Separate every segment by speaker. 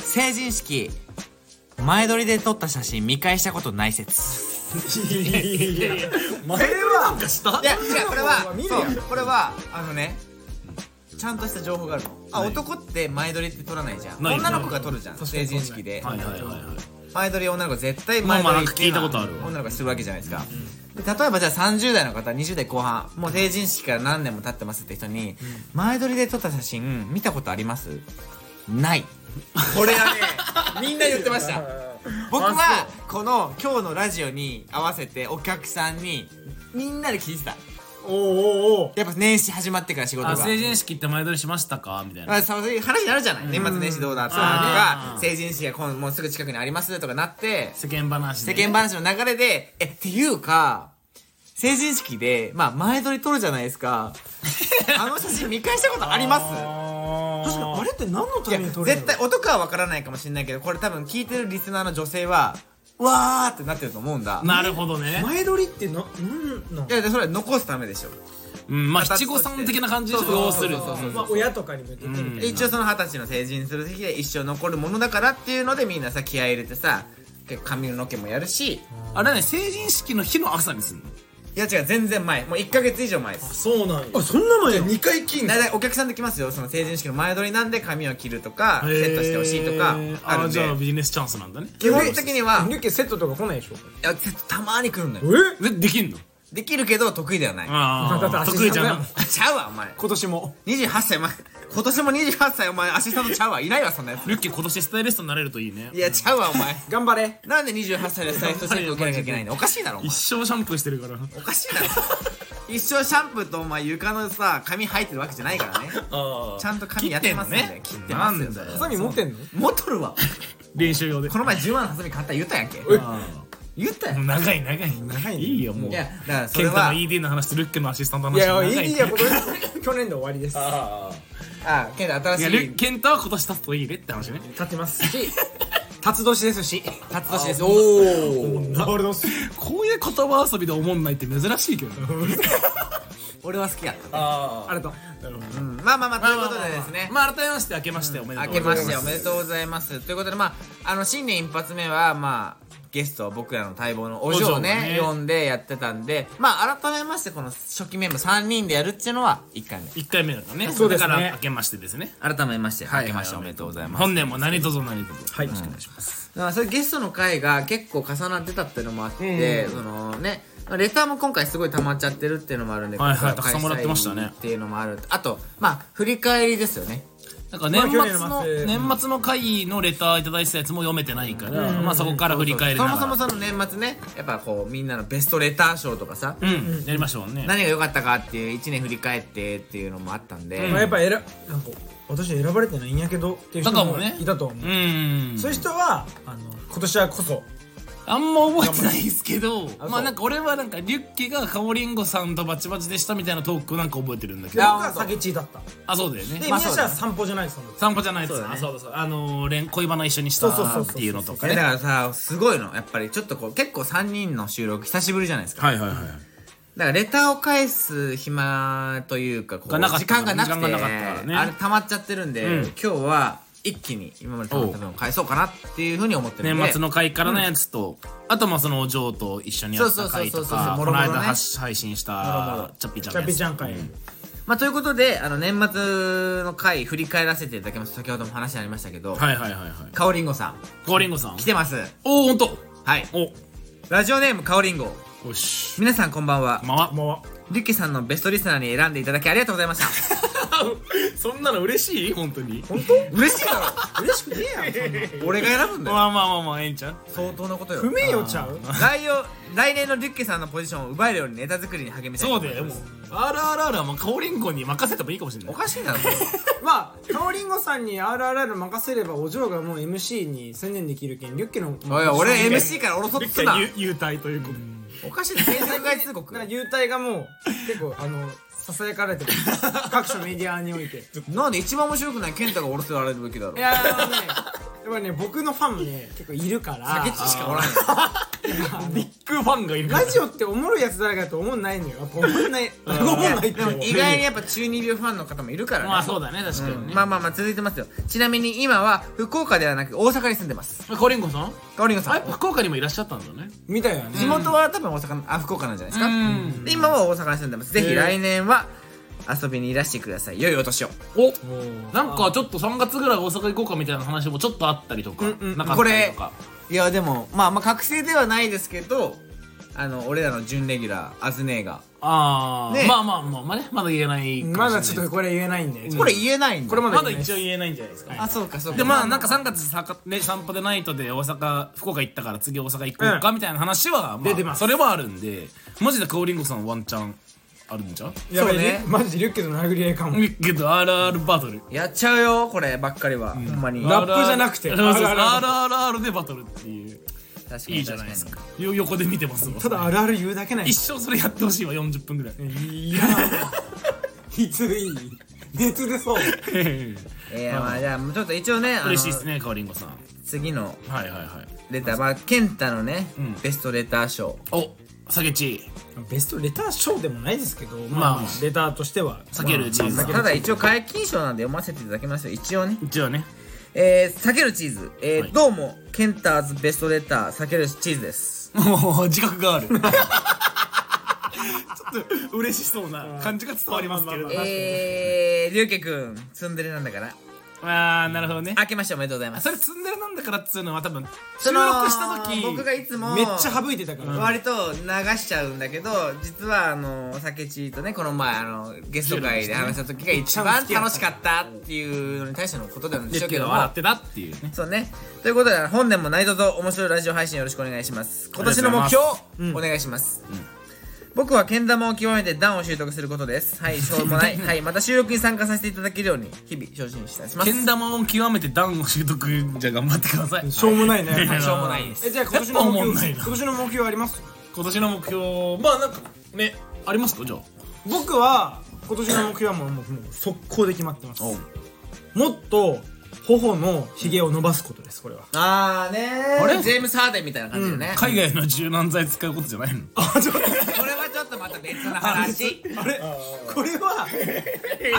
Speaker 1: 成人式前撮りで撮った写真見返したことない説
Speaker 2: いやいやいや
Speaker 3: それは
Speaker 2: した
Speaker 1: いや違うこれは
Speaker 3: 見る
Speaker 1: そ
Speaker 3: やん
Speaker 1: うこれはあのねちゃんとした情報があるのあ男って前撮りって撮らないじゃん
Speaker 2: ない
Speaker 1: 女の子が撮るじゃん成人式で
Speaker 2: はいはいはいはい
Speaker 1: 前撮り女の子絶対前撮
Speaker 2: まあまあ
Speaker 1: り
Speaker 2: なんか聞いたことあるわ
Speaker 1: 女の子がするわけじゃないですか、で例えばじゃあ30代の方20代後半もう成人式から何年も経ってますって人に、前撮りで撮った写真見たことあります ないこれはねみんな言ってました僕はこの今日のラジオに合わせてお客さんにみんなで聞いてた
Speaker 3: おおお
Speaker 1: やっぱ年始始まってから仕事
Speaker 2: あ
Speaker 1: が
Speaker 2: 成人式って前撮りしましたかみたいな
Speaker 1: あそういう話になるじゃない、年末年始どうだとか
Speaker 2: あー
Speaker 1: 成人式が今もうすぐ近くにありますとかなって
Speaker 2: 世間話で
Speaker 1: 世間話の流れで、え、っていうか、成人式で、まあ、前撮り撮るじゃないですか。 あの写真見返したことあります
Speaker 3: 確かにあれって何の
Speaker 1: い
Speaker 3: た
Speaker 1: や、
Speaker 3: めに撮れる
Speaker 1: 絶対男はわからないかもしれないけど、これ多分聞いてるリスナーの女性は、わーってなってると思うんだ。
Speaker 2: なるほどね、
Speaker 3: 前撮りってななんなん
Speaker 1: いや、でそれは残すためでしょ。
Speaker 2: うん、まあ七五三的な感じで
Speaker 1: そう
Speaker 2: どう
Speaker 1: そ
Speaker 2: す
Speaker 1: う
Speaker 2: る
Speaker 1: そうそうそう
Speaker 3: まあ親とかに向けてみたいな
Speaker 1: 一応その二十歳の成人する時で一生残るものだからっていうのでみんなさ気合い入れてさ結構髪の毛もやるしい
Speaker 2: あれね成人式の日の朝にすんの
Speaker 1: や違う全然前もう1ヶ月以上前です
Speaker 3: そうなんやあそんな前2 回切ん
Speaker 1: 大体お客さんで来ますよその成人式の前撮りなんで髪を切るとかセ
Speaker 2: へー
Speaker 1: ットしてほしいとかある
Speaker 2: ー
Speaker 1: ん
Speaker 2: じゃあ
Speaker 1: で
Speaker 2: ビジネスチャンスなんだね
Speaker 1: 基本的には
Speaker 3: 抜けセットとか来ないでしょ
Speaker 1: いや絶対たまに来るのよ
Speaker 3: え
Speaker 2: でできんの
Speaker 1: できるけど得意ではない
Speaker 2: あ
Speaker 3: だ
Speaker 2: あ
Speaker 3: って
Speaker 2: 得意じゃ
Speaker 3: アシ
Speaker 2: ん
Speaker 3: ス
Speaker 1: ちゃうわお前
Speaker 3: 今年も
Speaker 1: 28歳お前今年も28歳お前アシスタントちゃうわいないわそんなやつ
Speaker 2: ルッキー今年スタイリストになれるといいね
Speaker 1: いやちゃうわお前
Speaker 3: 頑張れ
Speaker 1: なんで28歳でスタイリストチェック受けなきゃいけないんだおかしいだろお前
Speaker 2: 一生シャンプーしてるから
Speaker 1: おかしいだろ一生シャンプーとお前床のさ髪入ってるわけじゃないからね
Speaker 2: あ
Speaker 1: ちゃんと髪やってますんで切
Speaker 2: 切
Speaker 1: っ
Speaker 2: っててん
Speaker 1: ま
Speaker 2: の
Speaker 1: す
Speaker 2: ね
Speaker 1: よそれ
Speaker 2: なんだよ
Speaker 3: ハサミ持ってんの
Speaker 1: 持っとるわ
Speaker 2: 練習用で
Speaker 1: この前10万のハサミ買った言ったやんけ言ったやん
Speaker 2: 長い長い
Speaker 3: 長いね
Speaker 2: いいよもう
Speaker 1: いやだからそ
Speaker 2: ケ
Speaker 1: れ
Speaker 2: ンタの
Speaker 1: は
Speaker 2: ED の話とルッケのアシスタントの
Speaker 3: い
Speaker 2: 話
Speaker 3: やい
Speaker 2: 長
Speaker 3: いいや今年去年で終わりです
Speaker 1: あけど新
Speaker 2: い
Speaker 1: し
Speaker 2: や
Speaker 1: い
Speaker 2: ルッケンタは今年立つといいねって話ね
Speaker 3: 立ってますし辰年ですし
Speaker 1: 辰年ですおお
Speaker 3: 俺のす
Speaker 2: こういう言葉遊びで思んないって珍しいけどね
Speaker 1: 俺は好きやった、
Speaker 3: ありがとう
Speaker 1: うんまあまあまあということでですね
Speaker 2: まあ改めまして明けましておめでと
Speaker 1: 明
Speaker 2: う
Speaker 1: け
Speaker 2: ご
Speaker 1: ま
Speaker 2: ざい
Speaker 1: してお
Speaker 2: す
Speaker 1: めでとうございますということでまああの新年一発目はまあゲスト僕らの待望のお嬢をね
Speaker 2: お嬢ね
Speaker 1: 呼んでやってたんでまあ改めましてこの初期メンバー3人でやるっていうのは1回目
Speaker 2: 一回目だったね
Speaker 3: そうですね
Speaker 2: だから明けましてですね
Speaker 1: 改めまして明けましてお
Speaker 2: はい
Speaker 1: めでとうございます
Speaker 2: 本年も何卒何卒
Speaker 3: はい
Speaker 2: よろしくお願いします
Speaker 1: だからそれゲストの回が結構重なってたっていうのもあって、そのねレターも今回すごい溜まっちゃってるっていうのもあるんで、
Speaker 2: はいはい
Speaker 1: 今回
Speaker 2: たくさんもらってましたね
Speaker 1: 開催っていうのもあるあとまあ振り返りですよね
Speaker 2: なんか年
Speaker 3: まあ去
Speaker 2: 末
Speaker 3: 年
Speaker 2: の
Speaker 3: の末
Speaker 2: 年末の会のレターいただいてたやつも読めてないからまあそこから振り返り
Speaker 1: そ
Speaker 2: なが
Speaker 1: も
Speaker 2: ら
Speaker 1: そもその年末ねやっぱこうみんなのベストレター賞とかさ、
Speaker 2: うんやりましょうね
Speaker 1: 何が良かったかっていう1年振り返ってっていうのもあったんで、
Speaker 3: まあやっぱ選なんか私選ばれてないんやけどっていう
Speaker 2: と
Speaker 3: 人
Speaker 2: かも
Speaker 3: も
Speaker 2: ね
Speaker 3: いたと思
Speaker 2: う
Speaker 3: うんそういう人はあの今年はこそ
Speaker 2: あんま覚えてないですけど
Speaker 3: あ
Speaker 2: ま
Speaker 3: そ
Speaker 2: あ
Speaker 3: う
Speaker 2: なんか俺はなんかリュッケがカオリンゴさんとバチバチでしたみたいなトークなんか覚えてるんだけ
Speaker 3: 僕
Speaker 2: ど
Speaker 1: や
Speaker 3: が酒地だった
Speaker 2: あそうだよ
Speaker 3: で
Speaker 2: ね
Speaker 1: まあ
Speaker 3: 宮下は散歩じゃないですもん
Speaker 2: 散歩じゃないです
Speaker 1: そうだ
Speaker 2: あ
Speaker 1: ね
Speaker 2: そうだそうあのー恋恋バナ一緒にした
Speaker 3: そうそうそうそう
Speaker 2: っていうのとか
Speaker 1: いや
Speaker 2: ね
Speaker 1: だからさすごいのやっぱりちょっとこう結構3人の収録久しぶりじゃないですか
Speaker 2: はいはいはい
Speaker 1: だからレターを返す暇というかこう
Speaker 2: がなかっ
Speaker 1: 時
Speaker 2: た
Speaker 1: 間がなくて
Speaker 2: 時間がなかったからね
Speaker 1: あれ溜まっちゃってるんで、
Speaker 2: うん
Speaker 1: 今日は一気に今まで溜まった分を返そうかなっていうふうに思ってるんで
Speaker 2: 年末の会からのやつと、あとまあそのお嬢と一緒にやった会
Speaker 1: そう
Speaker 2: と
Speaker 1: そうそうそうそう
Speaker 2: か
Speaker 1: も
Speaker 2: こ
Speaker 1: ろ
Speaker 2: の
Speaker 1: もろね
Speaker 2: 間はし配信したチャッピーちゃん
Speaker 3: チ
Speaker 2: の
Speaker 3: ャ
Speaker 2: や
Speaker 3: ピ
Speaker 2: つ
Speaker 3: ちゃ ん会
Speaker 1: まあ、ということであの年末の回振り返らせていただきます先ほども話にありましたけど、
Speaker 2: はいはいはいはい
Speaker 1: かおりんごさん
Speaker 2: カオリンゴさん
Speaker 1: 来てます
Speaker 2: おおほんと
Speaker 1: はい
Speaker 2: お
Speaker 1: ラジオネームかおりんご
Speaker 2: よし
Speaker 1: 皆さんこんばんは
Speaker 2: まわ
Speaker 3: こんばんは
Speaker 1: リュッキさんのベストリスナーに選んでいただきありがとうございました
Speaker 2: そんなの嬉しい本当に
Speaker 1: 嬉しいだろ嬉しくねえやんそんな俺が選ぶんだよ
Speaker 2: まあまあまあまあええんちゃう
Speaker 1: 相当なことよ
Speaker 3: 不名誉ちゃう
Speaker 1: 来よ来年のリュッケさんのポジションを奪えるようにネタ作りに励めたいと
Speaker 2: そう
Speaker 1: 思いま
Speaker 2: だ
Speaker 1: す
Speaker 2: よもう RRR はもうカオリンゴに任せてもいいかもしれな
Speaker 1: お
Speaker 2: い
Speaker 1: かしいなこれ
Speaker 3: まあかおりんごさんに RRR 任せればお嬢がもう MC に専念できるけんリュッケの
Speaker 1: おい俺 MC からおろそっつな
Speaker 2: 優待ということ
Speaker 1: おかしいな制作外通告
Speaker 3: なんか 優待がもう結構あのささやかれてる各所メディアにおいてい
Speaker 1: なんで一番面白くない健太がおろせられるべきだろ
Speaker 3: やーあのねやっぱね僕のファンもね結構いるから
Speaker 1: 酒地しかおらんよ
Speaker 3: があの
Speaker 2: ビッグファンがいるから
Speaker 3: ラジオっておもろいやつ誰かと思んないのよやっぱ思ん ない思んないって
Speaker 1: でも意外にやっぱ中二病ファンの方もいるからね
Speaker 2: まあそうだね確かにね、
Speaker 1: まあまあまあ続いてますよちなみに今は福岡ではなく大阪に住んでます
Speaker 2: カオリンコさん
Speaker 1: かおりんごさ
Speaker 2: あ
Speaker 1: ん
Speaker 2: やっぱ福岡にもいらっしゃったんだね
Speaker 3: みたいなね
Speaker 1: 地元は多分大阪のあ福岡なんじゃないですか、
Speaker 2: うん
Speaker 1: で今は大阪に住んでますぜ
Speaker 2: へ
Speaker 1: ひ
Speaker 2: え
Speaker 1: 来年は遊びにいらしてください良いお年を
Speaker 2: お
Speaker 3: おー
Speaker 2: なんかちょっと3月ぐらい大阪行こうかみたいな話もちょっとあったりとか、
Speaker 3: うんうん
Speaker 2: なかったりとか
Speaker 1: いやでもまあまあ覚醒ではないですけどあの俺らの準レギュラーアズネーが
Speaker 2: ああ、
Speaker 1: ね
Speaker 2: まあまあまあまあねまだ言えないかもしれな
Speaker 3: ま
Speaker 2: い
Speaker 3: だちょっとこれ言えないんで
Speaker 1: これ言えないんだ
Speaker 3: これま
Speaker 2: ま
Speaker 3: だ
Speaker 2: だ
Speaker 3: 言えない
Speaker 2: 一応言えないんじゃないですか、
Speaker 1: あそうかそうか
Speaker 2: でまあなんか3月さか、ね、散歩でナイトで大阪福岡行ったから次大阪行こうかみたいな話は、
Speaker 3: 出てます
Speaker 2: それはあるんでマジでカオリンゴさんワンチャンあるんじゃん
Speaker 3: やばい
Speaker 1: そうね
Speaker 3: ねマジでリュッケの殴り合いかも
Speaker 2: けど RR バトル
Speaker 1: やっちゃうよこればっかりは、ほんまに
Speaker 3: ラップじゃなくて
Speaker 2: RRR でバトルっていう
Speaker 1: 確かに
Speaker 2: いいじゃないですかよ横で見てますもん
Speaker 3: ただあるある言うだけない
Speaker 2: 一生それやってほしいわ40分ぐらい
Speaker 3: いやきつい熱出そう
Speaker 2: へへ
Speaker 1: 確かにいやまあじゃあちょっと一応ねあの
Speaker 2: 嬉しいですねカオリンゴさん
Speaker 1: 次の
Speaker 2: はいはいはい
Speaker 1: レターまあ健太のね、
Speaker 2: ん
Speaker 1: ベストレター賞
Speaker 2: お下げち
Speaker 3: ベストレター賞でもないですけど
Speaker 2: まあ
Speaker 3: まあレターとしては
Speaker 2: 避けるチーズ
Speaker 1: まあただ一応解禁賞なんで読ませていただきますよ一応ね
Speaker 2: 一応ね
Speaker 1: えー、避けるチーズ、えー
Speaker 2: はい
Speaker 1: どうもケンターズベストレター避けるチーズです
Speaker 2: もう自覚がある ちょっと嬉しそうな感じが伝わりますけれど
Speaker 3: まあまあま
Speaker 1: えー、りゅうけくんツンデレなんだから
Speaker 2: ああなるほどね
Speaker 1: 明けましておめでとうございます
Speaker 2: それツンデレなんだからっつうのは多分収
Speaker 1: その
Speaker 2: 録した時
Speaker 1: 僕がいつも
Speaker 3: めっちゃ省いてたから
Speaker 1: 割と流しちゃうんだけど実はあの酒地とねこの前あのゲスト会で話した時が一番楽しかったっていうのに対してのことなんでしょ
Speaker 2: で
Speaker 1: う
Speaker 2: け
Speaker 1: け
Speaker 2: ど
Speaker 1: ど
Speaker 2: 笑
Speaker 1: も
Speaker 2: ってたっていうね
Speaker 1: そうねということで本年も何卒面白いラジオ配信よろしくお願いします今年の目標お願いします、僕はけん玉を極めて段を習得することですはいしょうも ないはいまた収録に参加させていただけるように日々精進いたします
Speaker 2: けん玉を極めて段を習得じゃ頑張ってください
Speaker 3: しょうもない
Speaker 2: は
Speaker 3: ね
Speaker 2: い
Speaker 1: しょうもないです
Speaker 3: えじゃあ今年の目
Speaker 2: やっぱおもんな
Speaker 3: 標
Speaker 2: いな
Speaker 3: 今年の目標あります
Speaker 2: 今年の目標まあなんかねありますかじゃあ
Speaker 3: 僕は今年の目標はもうもうもう速攻で決まってます
Speaker 2: お
Speaker 3: も
Speaker 2: う
Speaker 3: っと頬のひげを伸ばすことですこれは
Speaker 1: あーねー
Speaker 2: あれ
Speaker 1: ジェームス・ハーデンみたいな感じでね、
Speaker 2: 海外の柔軟剤使うことじゃないの
Speaker 3: あちょっと
Speaker 1: これはちょっとまた別の話
Speaker 3: あれこれは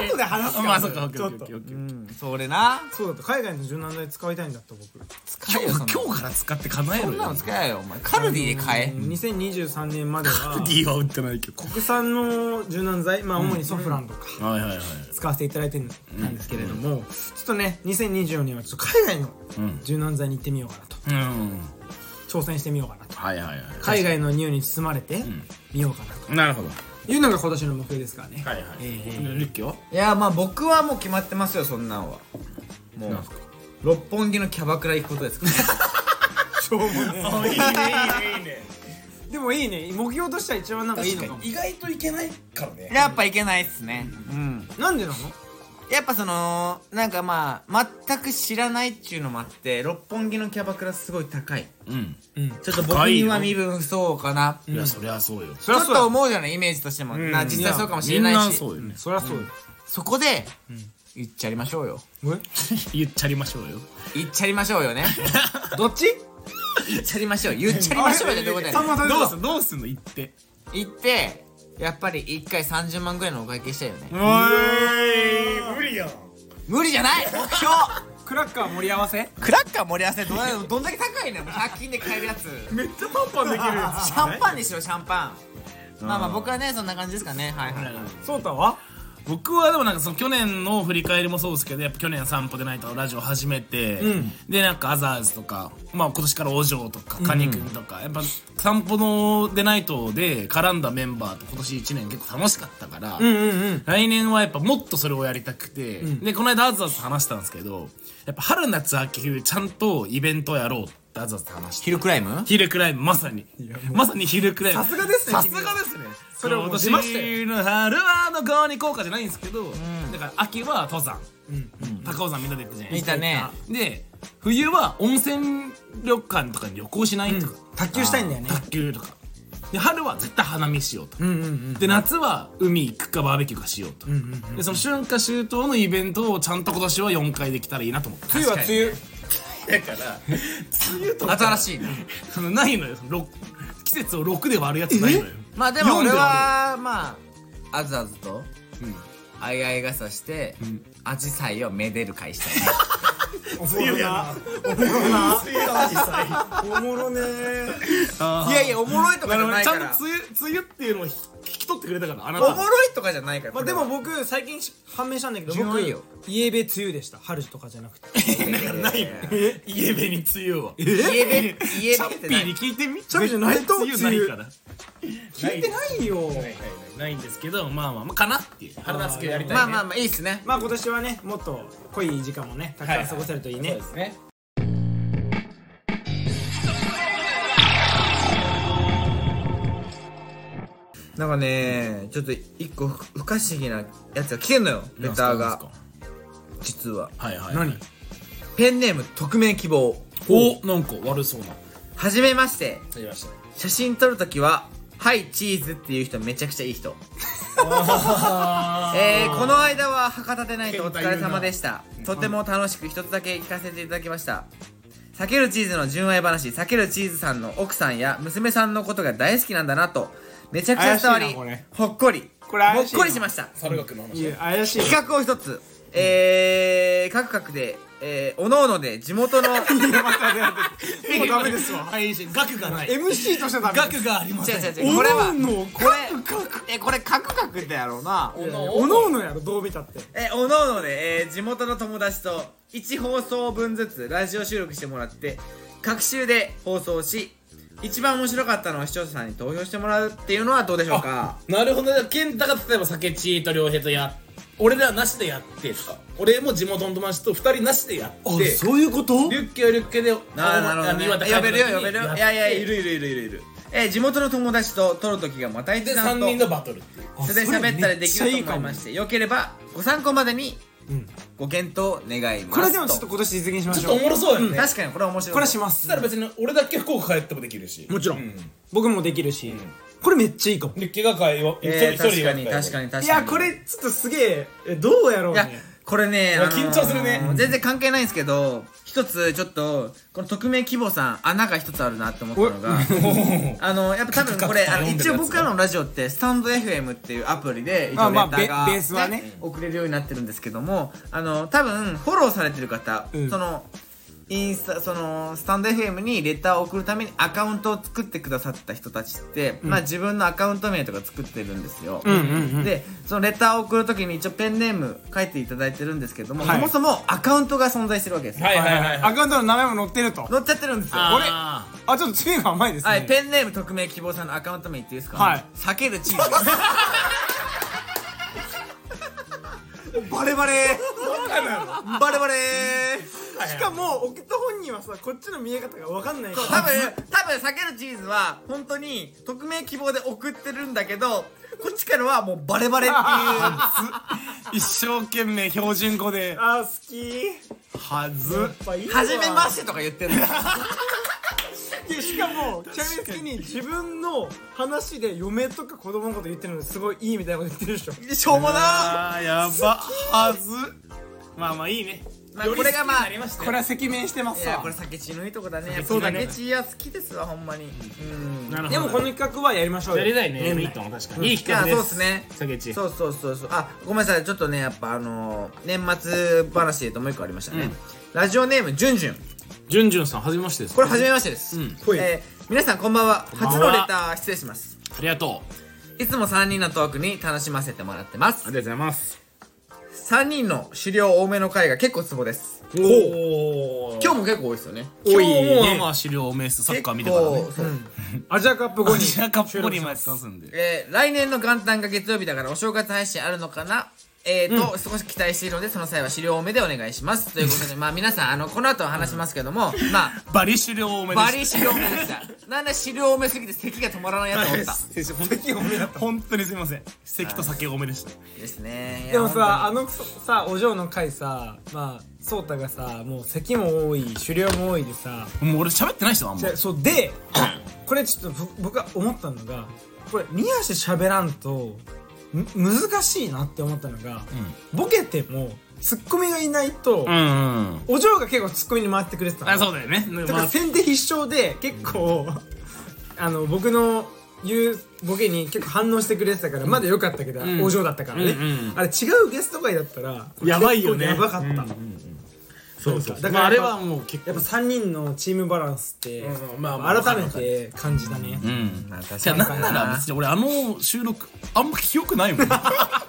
Speaker 3: 後で話すから
Speaker 2: まあそっかオッケ
Speaker 3: ち
Speaker 2: ーオ
Speaker 3: ょ
Speaker 2: ッケーオ
Speaker 3: っ
Speaker 2: ッ
Speaker 3: と
Speaker 2: ケーオッケ
Speaker 1: う
Speaker 2: ー
Speaker 1: んそれな
Speaker 3: そうだった海外の柔軟剤使いたいんだった僕
Speaker 1: 使えよ
Speaker 2: 今日今日から使って叶え
Speaker 1: そ
Speaker 2: ろ
Speaker 1: んなの
Speaker 2: よ
Speaker 1: 使えよお前カルディで買え
Speaker 3: 2023年までは
Speaker 2: D は売ってないけど
Speaker 3: 国産の柔軟剤まあ主にソフランとか
Speaker 2: はいはいはい
Speaker 3: 使わせていただいてるんですけれどもちょっとね2024年はちょっと海外の
Speaker 2: うん
Speaker 3: 柔軟剤に行ってみようかな
Speaker 2: う
Speaker 3: と
Speaker 2: ん
Speaker 3: 挑戦してみようかなと
Speaker 2: はいはいはい
Speaker 3: 海外の匂いに包まれてみようかな
Speaker 2: なるほど
Speaker 3: というのが今年の目標ですからね
Speaker 2: はいはい
Speaker 3: えー
Speaker 2: ルッキはい
Speaker 1: やまあ僕はもう決まってますよそんなんはもう
Speaker 2: なんすか
Speaker 1: 六本木のキャバクラ行くことですから
Speaker 3: しょうもね
Speaker 2: いいねいいねいいね
Speaker 3: えでもいいね目標としては一番なんかいいのかも
Speaker 2: 意外といけないからね
Speaker 1: やっぱ行けないっすねうん
Speaker 3: なんでなの
Speaker 1: やっぱそのなんかまあ全く知らないっちゅうのもあって六本木のキャバクラすごい高い
Speaker 2: うん
Speaker 1: ちょっと僕
Speaker 2: 高い
Speaker 1: に
Speaker 2: よ
Speaker 1: は身分不相応かな
Speaker 2: うんいやそりゃそうよ
Speaker 1: ちょっと思うじゃないイメージとしても、な実際そうかもしれないし
Speaker 2: よね
Speaker 3: そりゃそうよ
Speaker 1: そこで行っちゃいましょうよ
Speaker 3: え
Speaker 2: 言っちゃりましょうよ
Speaker 1: 行っちゃいましょうよね
Speaker 3: どっち
Speaker 1: 行っちゃいましょう言っちゃいましょうよってどういうことやねん
Speaker 2: どうすんどうすんの言って
Speaker 1: 行ってやっぱり1回30万ぐらいのお会計したいよね、
Speaker 2: おい無理やん
Speaker 1: 無理じゃない目標
Speaker 3: クラッカー盛り合わせ
Speaker 1: クラッカー盛り合わせどんどんだけ高いのよ100均で買えるやつ
Speaker 2: めっちゃパンパンできるや
Speaker 1: シャンパンにしろシャンパンまあまあ僕はねそんな感じですかねはいはいはい
Speaker 3: そうたは
Speaker 2: 僕はでもなんかその去年の振り返りもそうですけどやっぱ去年「散歩でないと」ラジオ始めて、
Speaker 3: うん
Speaker 2: でなんか「アザーズ」とか、まあ、今年から「お嬢」とか「カニ君」とか、やっぱ「散歩のでないと」で絡んだメンバーと今年1年結構楽しかったから、
Speaker 3: うんうんうん
Speaker 2: 来年はやっぱもっとそれをやりたくて、でこの間アザーズと話したんですけどやっぱ春夏秋冬ちゃんとイベントやろうってアザーズと話して
Speaker 1: ヒルクライム
Speaker 2: ヒルクライムまさにまさにヒルクライム
Speaker 3: さすがですね
Speaker 2: さすがですね
Speaker 3: それはも
Speaker 2: 今
Speaker 3: う出ましたよ
Speaker 2: 年の春はの側に効果じゃないんですけど、だから秋は登山、高尾山みんなで行ったじゃないですか
Speaker 1: 見た
Speaker 2: で冬は温泉旅館とかに旅行しないとか、
Speaker 3: 卓球したいんだよね
Speaker 2: 卓球とかで春は絶対花見しようと、
Speaker 3: うんうんうん
Speaker 2: で夏は海行くかバーベキューかしようと、でその春夏秋冬のイベントをちゃんと今年は4回できたらいいなと思って
Speaker 3: 梅雨は梅雨
Speaker 2: だから梅雨とか
Speaker 1: 新しいな
Speaker 2: そのないのよ六季節を6で割るやつないのよ
Speaker 1: まあでも俺
Speaker 2: は
Speaker 1: はまああずあずとあいあい傘してアジサイをめでる会した いね
Speaker 3: おもろなおもろね
Speaker 1: いやいやおもろいとかじゃない
Speaker 2: ちゃ
Speaker 1: か
Speaker 2: んと
Speaker 1: ら
Speaker 2: 梅雨梅雨っていうのを引き取ってくれたからあな
Speaker 1: お
Speaker 2: た
Speaker 1: もろいとかじゃないから
Speaker 3: まあ
Speaker 1: これ
Speaker 3: で
Speaker 1: は
Speaker 3: も僕最近し判明したんだけど
Speaker 1: 純
Speaker 3: 僕
Speaker 1: 愛よ
Speaker 3: 家べ梅雨でした春とかじゃなくて
Speaker 2: だからないのよ家べに梅雨はチ
Speaker 1: 家 で家
Speaker 2: ャ
Speaker 1: でっ
Speaker 2: ッ
Speaker 1: て
Speaker 2: ピ
Speaker 1: な
Speaker 2: ー
Speaker 1: い
Speaker 2: に聞いてみ
Speaker 3: ャッピーじゃないと
Speaker 2: 梅雨ないから
Speaker 3: 聞いてないよ
Speaker 2: ないんですけどまあまあまあかなっていう春夏けやりたい
Speaker 1: まあまあまあいいっすね
Speaker 3: まあ今年はねもっと濃い時間もねたくさん過ごせるといいね
Speaker 2: すね
Speaker 1: なんかねちょっと一個不不可思議なやつが来てんのよレターが実は
Speaker 2: はいはい
Speaker 3: 何
Speaker 1: ペンネーム匿名希望
Speaker 2: おなんか悪そうな
Speaker 1: はじめまして
Speaker 2: ありました
Speaker 1: 写真撮るときは「はいチーズ」っていう人めちゃくちゃいい人 えーこの間は博多でないとお疲れ様でしたとても楽しく一つだけ聞かせていただきました避けるチーズの純愛話避けるチーズさんの奥さんや娘さんのことが大好きなんだなとめちゃくちゃ伝わ
Speaker 3: 怪
Speaker 1: り
Speaker 3: しいなこれ
Speaker 1: ほっこり
Speaker 3: これ怪しい
Speaker 1: ほ
Speaker 3: な
Speaker 1: っこりしました
Speaker 2: 猿学の話
Speaker 3: い や怪しい
Speaker 1: 企画を一つえー、各々で、えー、おのおので地元 の
Speaker 3: もうダメですわ
Speaker 2: 配信額がない
Speaker 3: MC としてダメ
Speaker 2: 額がありま
Speaker 1: 違
Speaker 2: せん
Speaker 1: う違う違
Speaker 3: お
Speaker 1: うこれは
Speaker 3: のおの
Speaker 1: これえこれカクカクだろうな
Speaker 3: おのおのやろどう見たって
Speaker 1: えおのおので、えー地元の友達と1放送分ずつラジオ収録してもらって各週で放送し一番面白かったのを視聴者さんに投票してもらうっていうのはどうでしょうか
Speaker 2: なるほどね健太が例えば酒チーと良平とや俺らなしでやってとか俺も地元の友達と2人なしでやって
Speaker 3: ういうこと
Speaker 2: リュッケはリュッケで
Speaker 1: ななるほど、ね、
Speaker 2: 岩手帰
Speaker 1: 呼
Speaker 2: った
Speaker 1: べ
Speaker 2: 時
Speaker 1: る
Speaker 2: に
Speaker 1: よ呼べるよいやいやいるいるいるいるいるえー地元の友達と撮る時がまた一
Speaker 2: で
Speaker 1: 段
Speaker 2: 3
Speaker 1: と
Speaker 2: 人のバトルってい
Speaker 1: そ
Speaker 2: う
Speaker 1: れで喋ったりできると思いましてよければご参考までにご検討願います
Speaker 3: これでもちょっと今年実現しま
Speaker 2: ちょっ
Speaker 3: し
Speaker 2: と
Speaker 3: ょ
Speaker 2: お
Speaker 3: う
Speaker 2: もろそうやね、そし
Speaker 1: 確かにこれは面白い
Speaker 3: これします
Speaker 2: たら別に俺だけ福岡帰ってもできるし
Speaker 3: もちろん僕もできるしこれめっちゃいいかも
Speaker 2: リュッケが帰よ
Speaker 1: えー
Speaker 2: 一人
Speaker 1: 確
Speaker 2: 一人
Speaker 1: か
Speaker 2: が
Speaker 1: に確か
Speaker 2: に
Speaker 1: に確かに
Speaker 3: いやこれちょっとすげええどうやろう
Speaker 1: いや
Speaker 3: ね
Speaker 1: これね、
Speaker 2: いや緊張するね
Speaker 1: あのー全然関係ないんですけど一つちょっとこの匿名希望さん穴が一つあるなって思ったのがあのやっぱ多分これあの一応僕らのラジオってスタンド FM っていうアプリで一応
Speaker 3: あ
Speaker 1: レ
Speaker 3: ま
Speaker 1: タ
Speaker 3: あ
Speaker 1: ーが、
Speaker 3: ベベースはね
Speaker 1: 送れるようになってるんですけどもあの多分フォローされてる方、
Speaker 3: うん
Speaker 1: そのインスタそのスタンド FM にレターを送るためにアカウントを作ってくださった人たちって、まあ自分のアカウント名とか作ってるんですよ、
Speaker 3: うんうん
Speaker 1: でそのレターを送るときに一応ペンネーム書いていただいてるんですけども、
Speaker 3: はい
Speaker 1: そもそもアカウントが存在してるわけですよ、
Speaker 2: はいはいはいは
Speaker 3: ア
Speaker 2: い
Speaker 3: カウントの名前も載ってると
Speaker 1: 載っちゃってるんですよ
Speaker 3: あ
Speaker 1: こ
Speaker 2: あ
Speaker 3: あちょっと次が甘いで
Speaker 1: れ
Speaker 3: す
Speaker 1: は
Speaker 3: ね
Speaker 1: いペンネーム匿名希望さんのアカウント名言っていいですか、
Speaker 3: はい
Speaker 1: 避けるチーズ です
Speaker 3: バレバレ
Speaker 1: バレバレ
Speaker 3: しかも送った本人はさこっちの見え方が分かんないか
Speaker 1: 多
Speaker 3: ら
Speaker 1: 分多分避けるチーズは本当に匿名希望で送ってるんだけどこっちからはもうバレバレっていう
Speaker 2: 一生懸命標準語で
Speaker 3: あー好き
Speaker 2: はず
Speaker 1: 初めま
Speaker 3: し
Speaker 1: してとか言ってるんだよ
Speaker 3: てしかもちなみに好きに自分の話で嫁とか子供のこと言ってるのですごいいいみたいなこと言ってるでしょ
Speaker 1: しょうもな
Speaker 2: あーやばはずまあまあいいね
Speaker 1: まあこれがまあ
Speaker 3: これは赤面してます
Speaker 1: いや
Speaker 3: さ
Speaker 1: これ酒血のいいとこだね
Speaker 2: そうだね
Speaker 1: 酒血は好きですわほんまにうん
Speaker 2: なるほど
Speaker 3: でもこの企画はやりましょうよ
Speaker 2: やりたいね
Speaker 3: 年内
Speaker 2: いいと思う確かにいい企画
Speaker 1: い
Speaker 2: で
Speaker 1: や
Speaker 2: す
Speaker 1: そうっすね
Speaker 2: 酒地
Speaker 1: そうそうそうそうあごめんなさいちょっとねやっぱあのー年末話で言うともう一個ありましたね、
Speaker 2: うん
Speaker 1: ラジオネームじゅんじゅん
Speaker 2: じゅんじゅんさんはじめましてです
Speaker 1: これ初めましてです、
Speaker 2: うん
Speaker 3: ほい
Speaker 1: えー皆さんこんばんは
Speaker 2: んばんは
Speaker 1: 初のレター失礼します
Speaker 2: ありがとう
Speaker 1: いつも3人のトークに楽しませてもらってます
Speaker 2: がとうございます
Speaker 1: 3人の資料多めの回が結構ツボです
Speaker 2: おお
Speaker 1: 今日も結構多いですよね
Speaker 2: 今日
Speaker 3: 多いね
Speaker 2: もまあまあ資料を明すサッカー見てからね
Speaker 1: 結構そう
Speaker 3: アジアカップ後
Speaker 2: こ
Speaker 3: に
Speaker 2: ちらかっぽりまやってますんで
Speaker 1: えー来年の元旦が月曜日だからお正月配信あるのかなえーと、少し期待しているのでその際は資料多めでお願いしますということでまあ皆さんあのこの後は話しますけどもまあ
Speaker 2: バリ資料多めで
Speaker 1: バ
Speaker 2: す
Speaker 1: リ資料多めでしたなんで資料多めすぎて咳が止まらないやつおった
Speaker 2: 席多めだった本当にすみません席と酒多めでした
Speaker 1: ですね
Speaker 3: でも
Speaker 1: いや
Speaker 3: さあのそさお嬢の回さまあ颯太がさもう咳も多い狩猟も多いでさ
Speaker 2: もう俺喋ってない人あん
Speaker 3: じ
Speaker 2: ま
Speaker 3: ゃそう でこれちょっとぼ僕が思ったのがこれ宮下喋らんとむ難しいなって思ったのが、ボケてもツッコミがいないと、
Speaker 2: うんうん
Speaker 3: お嬢が結構ツッコミに回ってくれてたの
Speaker 2: あそうだよね
Speaker 3: だから先手必勝で結構、あの僕の言うボケに結構反応してくれてたからまだ良かったけど、
Speaker 2: ん
Speaker 3: お嬢だったからね、
Speaker 2: うんうん
Speaker 3: あれ違うゲスト会だったら
Speaker 2: やばいよね
Speaker 3: 結構やばかった、
Speaker 2: そう
Speaker 3: そう
Speaker 2: だか
Speaker 3: だからら
Speaker 2: あれはもう結構
Speaker 3: やっぱ3人のチームバランスって、
Speaker 2: うんまあまあ
Speaker 3: 改めて感じたね、
Speaker 2: うん
Speaker 1: まあ確かに
Speaker 2: じゃあなんなら別に俺あの収録あんま記憶ないもん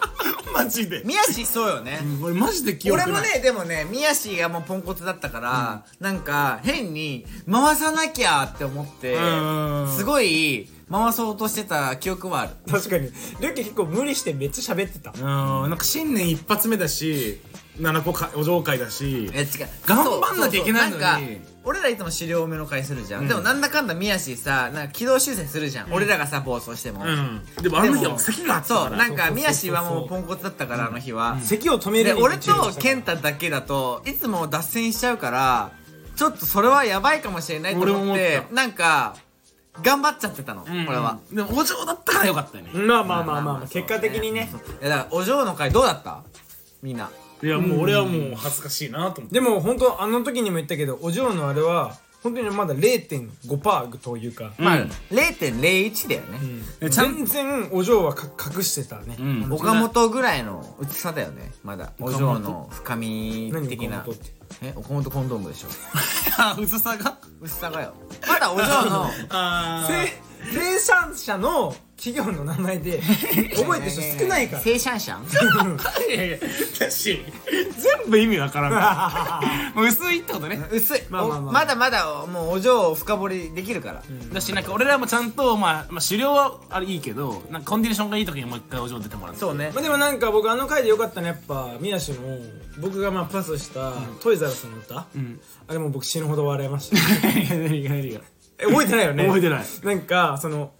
Speaker 2: マジで
Speaker 1: 宮氏そうよね、
Speaker 2: 俺マジで記憶な
Speaker 1: 俺
Speaker 2: い
Speaker 1: もねでもね宮氏がもうポンコツだったから、なんか変に回さなきゃって思って
Speaker 2: うん
Speaker 1: すごい回そうとしてた記憶はある
Speaker 3: 確かにリュッキー結構無理してめっちゃ喋ってた
Speaker 2: うんなんか新年一発目だし七個かお嬢会だし
Speaker 1: いや違う
Speaker 2: 頑張んなきゃいけないのに
Speaker 1: そうそうそうなんか俺らいつも資料多めの会するじゃん、でもなんだかんだ宮氏さなんか軌道修正するじゃん、俺らがさ暴走しても、
Speaker 2: うんでもあの日は席があったから
Speaker 1: そうなんか宮氏はもうポンコツだったから、あの日は、
Speaker 3: 咳を止める
Speaker 1: で
Speaker 3: ように
Speaker 1: 俺
Speaker 3: 注意
Speaker 1: と
Speaker 3: したから
Speaker 1: 健太だけだといつも脱線しちゃうからちょっとそれはやばいかもしれないと
Speaker 2: 俺
Speaker 1: 思
Speaker 2: も思
Speaker 1: っ
Speaker 2: って
Speaker 1: なんか頑張っちゃってたの、これ
Speaker 2: うん
Speaker 1: は
Speaker 2: でもお嬢だったからよかったよね
Speaker 3: まあまあまあまあ、結果的にね
Speaker 1: いやだからお嬢の会どうだったみんない
Speaker 2: やもう俺はもう恥ずかしいなと思って
Speaker 3: でも本当あの時にも言ったけどお嬢のあれは本当にまだ0.5%というか、
Speaker 2: まあ
Speaker 1: 0.01だよね、
Speaker 2: えちゃん
Speaker 3: 全然お嬢はか隠してたね、
Speaker 2: うん
Speaker 1: 岡本ぐらいの薄さだよねまだお
Speaker 2: 本
Speaker 1: 嬢の深み的な
Speaker 3: 何岡本って
Speaker 1: え岡本コンドームでしょ
Speaker 2: あ薄さが
Speaker 1: 薄さがよまだお嬢の
Speaker 2: あ
Speaker 3: せ生産者の企業の名前で 覚えてる人少ないから
Speaker 1: 正シャンシャン
Speaker 2: いやいやだし全部意味わからない もう薄いってことね
Speaker 1: 薄い、
Speaker 3: まあまあまあ
Speaker 1: おまだまだもうお嬢を深掘りできるから、
Speaker 2: だしなんか俺らもちゃんとまあ、まあ、狩猟はあれいいけどなんかコンディションがいい時にもう一回お嬢出てもらって
Speaker 1: そうね
Speaker 3: まあ、でもなんか僕あの回でよかったのはやっぱ宮氏の僕がまあパスしたトイザらスの歌、
Speaker 2: ん
Speaker 3: あれも僕死ぬほど笑いました
Speaker 2: 何が何が
Speaker 3: え覚えてないよね
Speaker 2: 覚えてない
Speaker 3: なんかその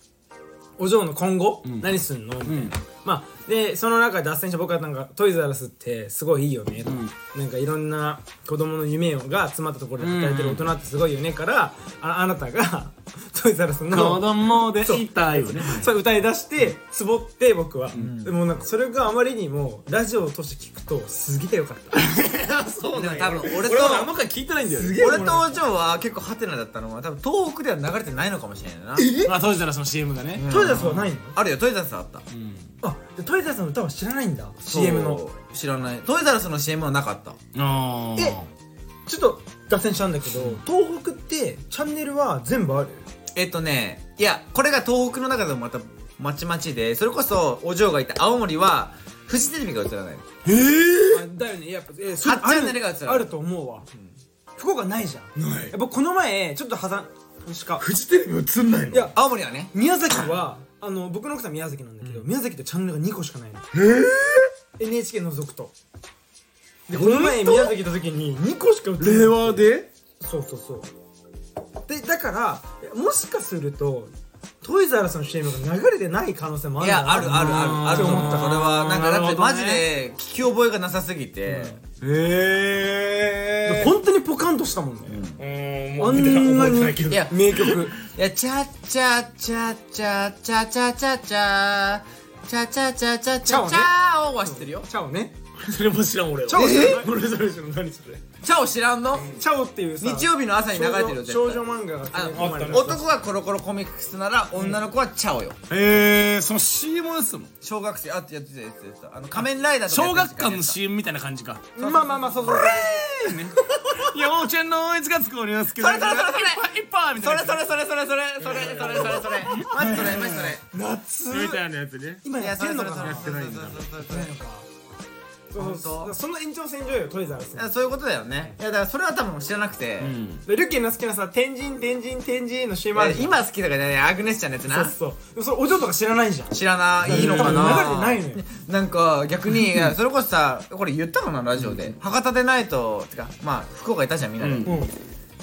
Speaker 3: お嬢の今後、何すんのみたいな、まあでその中で脱線した僕はなんかトイザらスってすごいいいよねとか、なんかいろんな子供の夢が詰まったところで働いてる大人ってすごいよねから、ああなたが トイザらスの
Speaker 2: 子供でいたよね
Speaker 3: それ歌い出してツボって僕は、でもなんかそれがあまりにもラジオを通して聞くとすげえよかった
Speaker 2: そう
Speaker 1: で
Speaker 2: な
Speaker 1: も
Speaker 2: ん
Speaker 1: 多
Speaker 2: や
Speaker 1: 分俺
Speaker 2: 俺
Speaker 1: と
Speaker 2: はあんま回聞いてないんだよね
Speaker 3: げえ
Speaker 1: 俺とお嬢は結構ハテナだったのは多分東北では流れてないのかもしれないな
Speaker 2: まあ当時からその CM がね
Speaker 3: トイザらスはないの
Speaker 1: あるよトイザらスはあった
Speaker 3: あでトイザらスの歌は知らないんだ CM の
Speaker 1: そう知らないトイザらスの CM はなかった
Speaker 2: あ
Speaker 3: えちょっと脱線したんだけど、東北ってチャンネルは全部ある
Speaker 1: えっとねいやこれが東北の中でもまたまちまちでそれこそお嬢がいた青森はフジテレビが映らない
Speaker 2: ええ
Speaker 3: だよねやっぱ、え
Speaker 1: そうあチャンネルが
Speaker 3: あ
Speaker 1: 違う
Speaker 3: るあると思うわ、福岡ないじゃん
Speaker 2: ない
Speaker 3: やっぱこの前ちょっと破産しか
Speaker 2: フジテレビ映んないの
Speaker 3: いや
Speaker 1: 青森はね
Speaker 3: 宮崎はあの僕の奥さん宮崎なんだけど、宮崎ってチャンネルが2個しかないの NHK 除くとでこの前宮崎行った時に2個しか映ってない
Speaker 2: 令和で
Speaker 3: そうそうそうでだからもしかするとトイザらスの CM が流れてない可能性もあ
Speaker 1: い
Speaker 3: るんだ
Speaker 1: や
Speaker 3: な
Speaker 1: あるあるあるあ
Speaker 3: っ
Speaker 1: る
Speaker 3: て
Speaker 1: と
Speaker 3: 思
Speaker 1: 思
Speaker 3: っ
Speaker 1: ったた
Speaker 3: か
Speaker 1: それ
Speaker 3: ら
Speaker 1: はなんかだっ
Speaker 2: なるほ
Speaker 1: て
Speaker 2: どね
Speaker 1: マジで聞き覚えがなさすぎて、
Speaker 2: え
Speaker 3: 本当にポカンとしたもんね、
Speaker 2: え
Speaker 3: あんなに
Speaker 1: いや
Speaker 3: 名曲
Speaker 1: いや、チャチャチャチャチャチャチャチャチャチャチャチャチャチャオは知ってるよ。
Speaker 3: チャオね
Speaker 2: それも知らん俺は
Speaker 3: チャオ知らない
Speaker 2: 俺それ知らん何それ
Speaker 1: チャオ知らんの
Speaker 3: チャオっていうさ
Speaker 1: 日曜日の朝に流れてるよ、絶対
Speaker 3: 少女少女漫画が
Speaker 1: あ
Speaker 3: 組み込まれた
Speaker 1: の、男がコロコロコミックスなら女の子はチャオよ。
Speaker 2: ええその CM ですもん
Speaker 1: 小学生、あ、やってたやってたやってた。あの、仮面ライダーとかや
Speaker 2: 小
Speaker 1: ってた
Speaker 2: 学館の CM みたいな感じ か
Speaker 3: まあまあまあそうそう
Speaker 2: 幼稚園の応援がつこりますけど
Speaker 1: それそれそれそれ
Speaker 2: いっぱいいっぱいみ
Speaker 1: そ
Speaker 2: たい
Speaker 1: れ
Speaker 2: な
Speaker 1: それそれそれそれそれそれそれそれマジそれマジそれ
Speaker 3: 夏
Speaker 2: みたいなやつね
Speaker 3: 今
Speaker 1: い
Speaker 3: やっ
Speaker 1: そ
Speaker 3: て
Speaker 1: れ
Speaker 3: る
Speaker 1: そ
Speaker 3: の
Speaker 1: れ
Speaker 3: か
Speaker 1: そ
Speaker 3: な
Speaker 1: れそれそれそれ
Speaker 3: そうそうその延長線上よトイザらス
Speaker 1: いやそういうことだよねいやだからそれは多分知らなくて、
Speaker 3: でルッキーの好きなさ「天神天神天神」の CM あるじゃん
Speaker 1: 今好きとかじゃないアグネスちゃんのやつな
Speaker 3: そうそうでもそれお嬢とか知らないじゃん
Speaker 1: 知らないいいのかな
Speaker 3: 流れてないのよ
Speaker 1: なんか逆にいやそれこそさこれ言ったかなラジオで博多でないとてかまあ福岡いたじゃんみんなで、
Speaker 2: うん
Speaker 3: うん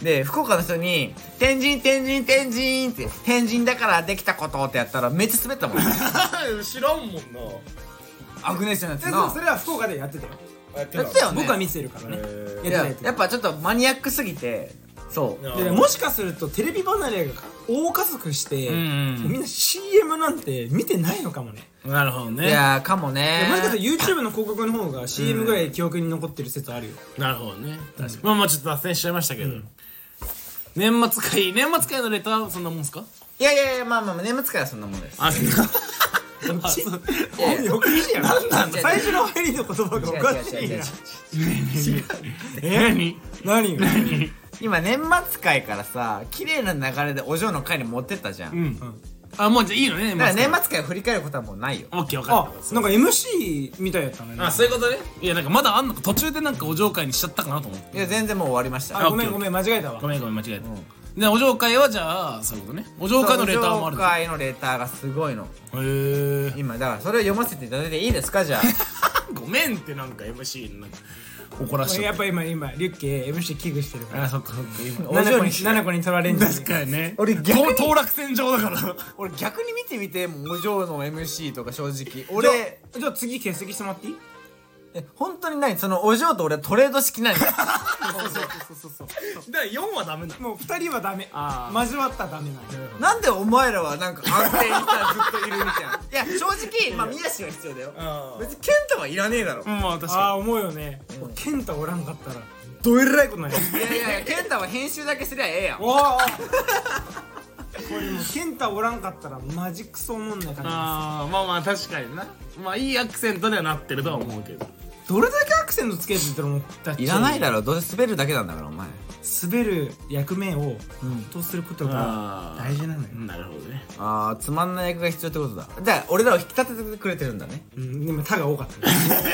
Speaker 1: で福岡の人に「天神天神天神」って「天神だからできたこと」ってやったらめっちゃ滑った もん
Speaker 2: 知らんもん
Speaker 1: アグネスちゃんのやつ
Speaker 3: でそうそ
Speaker 1: な
Speaker 3: れは福岡でやってたよ
Speaker 2: なやって
Speaker 1: やってたよね
Speaker 3: 僕は見てるからね
Speaker 2: え
Speaker 3: やって
Speaker 1: い
Speaker 3: な
Speaker 1: や
Speaker 3: いけど
Speaker 1: やっぱちょっとマニアックすぎてそう
Speaker 3: でもしかするとテレビ離れが大加速して、
Speaker 2: うんうん
Speaker 3: みんな CM なんて見てないのかもね、
Speaker 2: なるほど
Speaker 1: い
Speaker 2: ね
Speaker 1: やーかもね
Speaker 3: いやもしかすると YouTube の広告の方が CM ぐらい記憶に残ってる説あるよ、
Speaker 2: なるほどね確かにまあまあちょっと脱線しちゃいましたけど、年末会年末会のレターはそんなもんすか
Speaker 1: いやいやいやまあまあまあ年末からそんなもんです
Speaker 2: あそんな
Speaker 3: おち
Speaker 2: そう
Speaker 3: おかしいやろ何
Speaker 1: なんだ
Speaker 3: 最初の入りの言葉がおかし
Speaker 1: 違う違う
Speaker 3: い
Speaker 1: 違う違
Speaker 3: や
Speaker 1: うん
Speaker 2: え何
Speaker 3: 何が
Speaker 1: 今年末会からさ綺麗な流れでお嬢の会に持ってったじゃん、
Speaker 2: うん、あもうじゃあいいのね
Speaker 1: だから
Speaker 2: 年末
Speaker 1: 年末会を振り返ることはもうないよ
Speaker 2: オッケー分か
Speaker 3: あ
Speaker 2: った
Speaker 3: なんか MC みたいやったね
Speaker 2: あそういうことねいやなんかまだあんのか途中でなんかお嬢会にしちゃったかなと思って
Speaker 1: いや全然もう終わりました
Speaker 3: あごめんごめん間違えたわ
Speaker 2: ごめんごめん間違えた、でお嬢会はじゃあそういうことねお嬢会のレターもある
Speaker 1: お嬢会のレターがすごいの
Speaker 2: へえ
Speaker 1: 今だからそれを読ませていただいていいですかじゃあ
Speaker 2: ごめんってなんか MC なんか怒らしちゃ
Speaker 3: や
Speaker 2: っ
Speaker 3: っぱ今今リュッケ MC 危惧してるか
Speaker 2: た
Speaker 3: ら
Speaker 2: あそっかそっか今
Speaker 1: お嬢
Speaker 3: 7個
Speaker 1: に
Speaker 3: に7個に取られんじゃねえ
Speaker 2: 確かにね
Speaker 1: 俺逆に
Speaker 2: こう当落線上だから
Speaker 1: 俺逆に見てみてもうお嬢の MC とか正直
Speaker 3: じゃあ
Speaker 1: 俺
Speaker 3: じゃあ次欠席してもらっていい
Speaker 1: え本当に何そのお嬢と俺はトレード式 なんだ
Speaker 2: だから4はダメだ
Speaker 3: もう2人はダメ
Speaker 2: あー
Speaker 3: 交わったらダメなんだよ
Speaker 1: なんでお前らはなんか安定にさずっといるみたいないや正直まあ宮氏は必要だよ別に健太はいらねえだろ
Speaker 2: うんまあ確
Speaker 3: ああ
Speaker 2: か
Speaker 3: 思うよね、ケンタおらんかったらどえらいこ とない
Speaker 1: いやいやいや健太は編集だけすりゃええやん
Speaker 3: おーおーこれもうケンタおらんかったらマジクソおもんない
Speaker 2: に
Speaker 3: 感
Speaker 2: ああまあまあ確かになまあいいアクセントにはなってるとは思うけど
Speaker 3: じですどれだけアクセントつけてたらもう
Speaker 1: いらないだろどうせ滑るだけなんだからお前
Speaker 3: 滑る役目を圧倒することが
Speaker 2: あー
Speaker 3: 大事なのよ、
Speaker 2: なるほどね
Speaker 1: ああつまんない役が必要ってことだじゃあ俺らを引き立ててくれてるんだね
Speaker 3: うん、でも「た」が多かった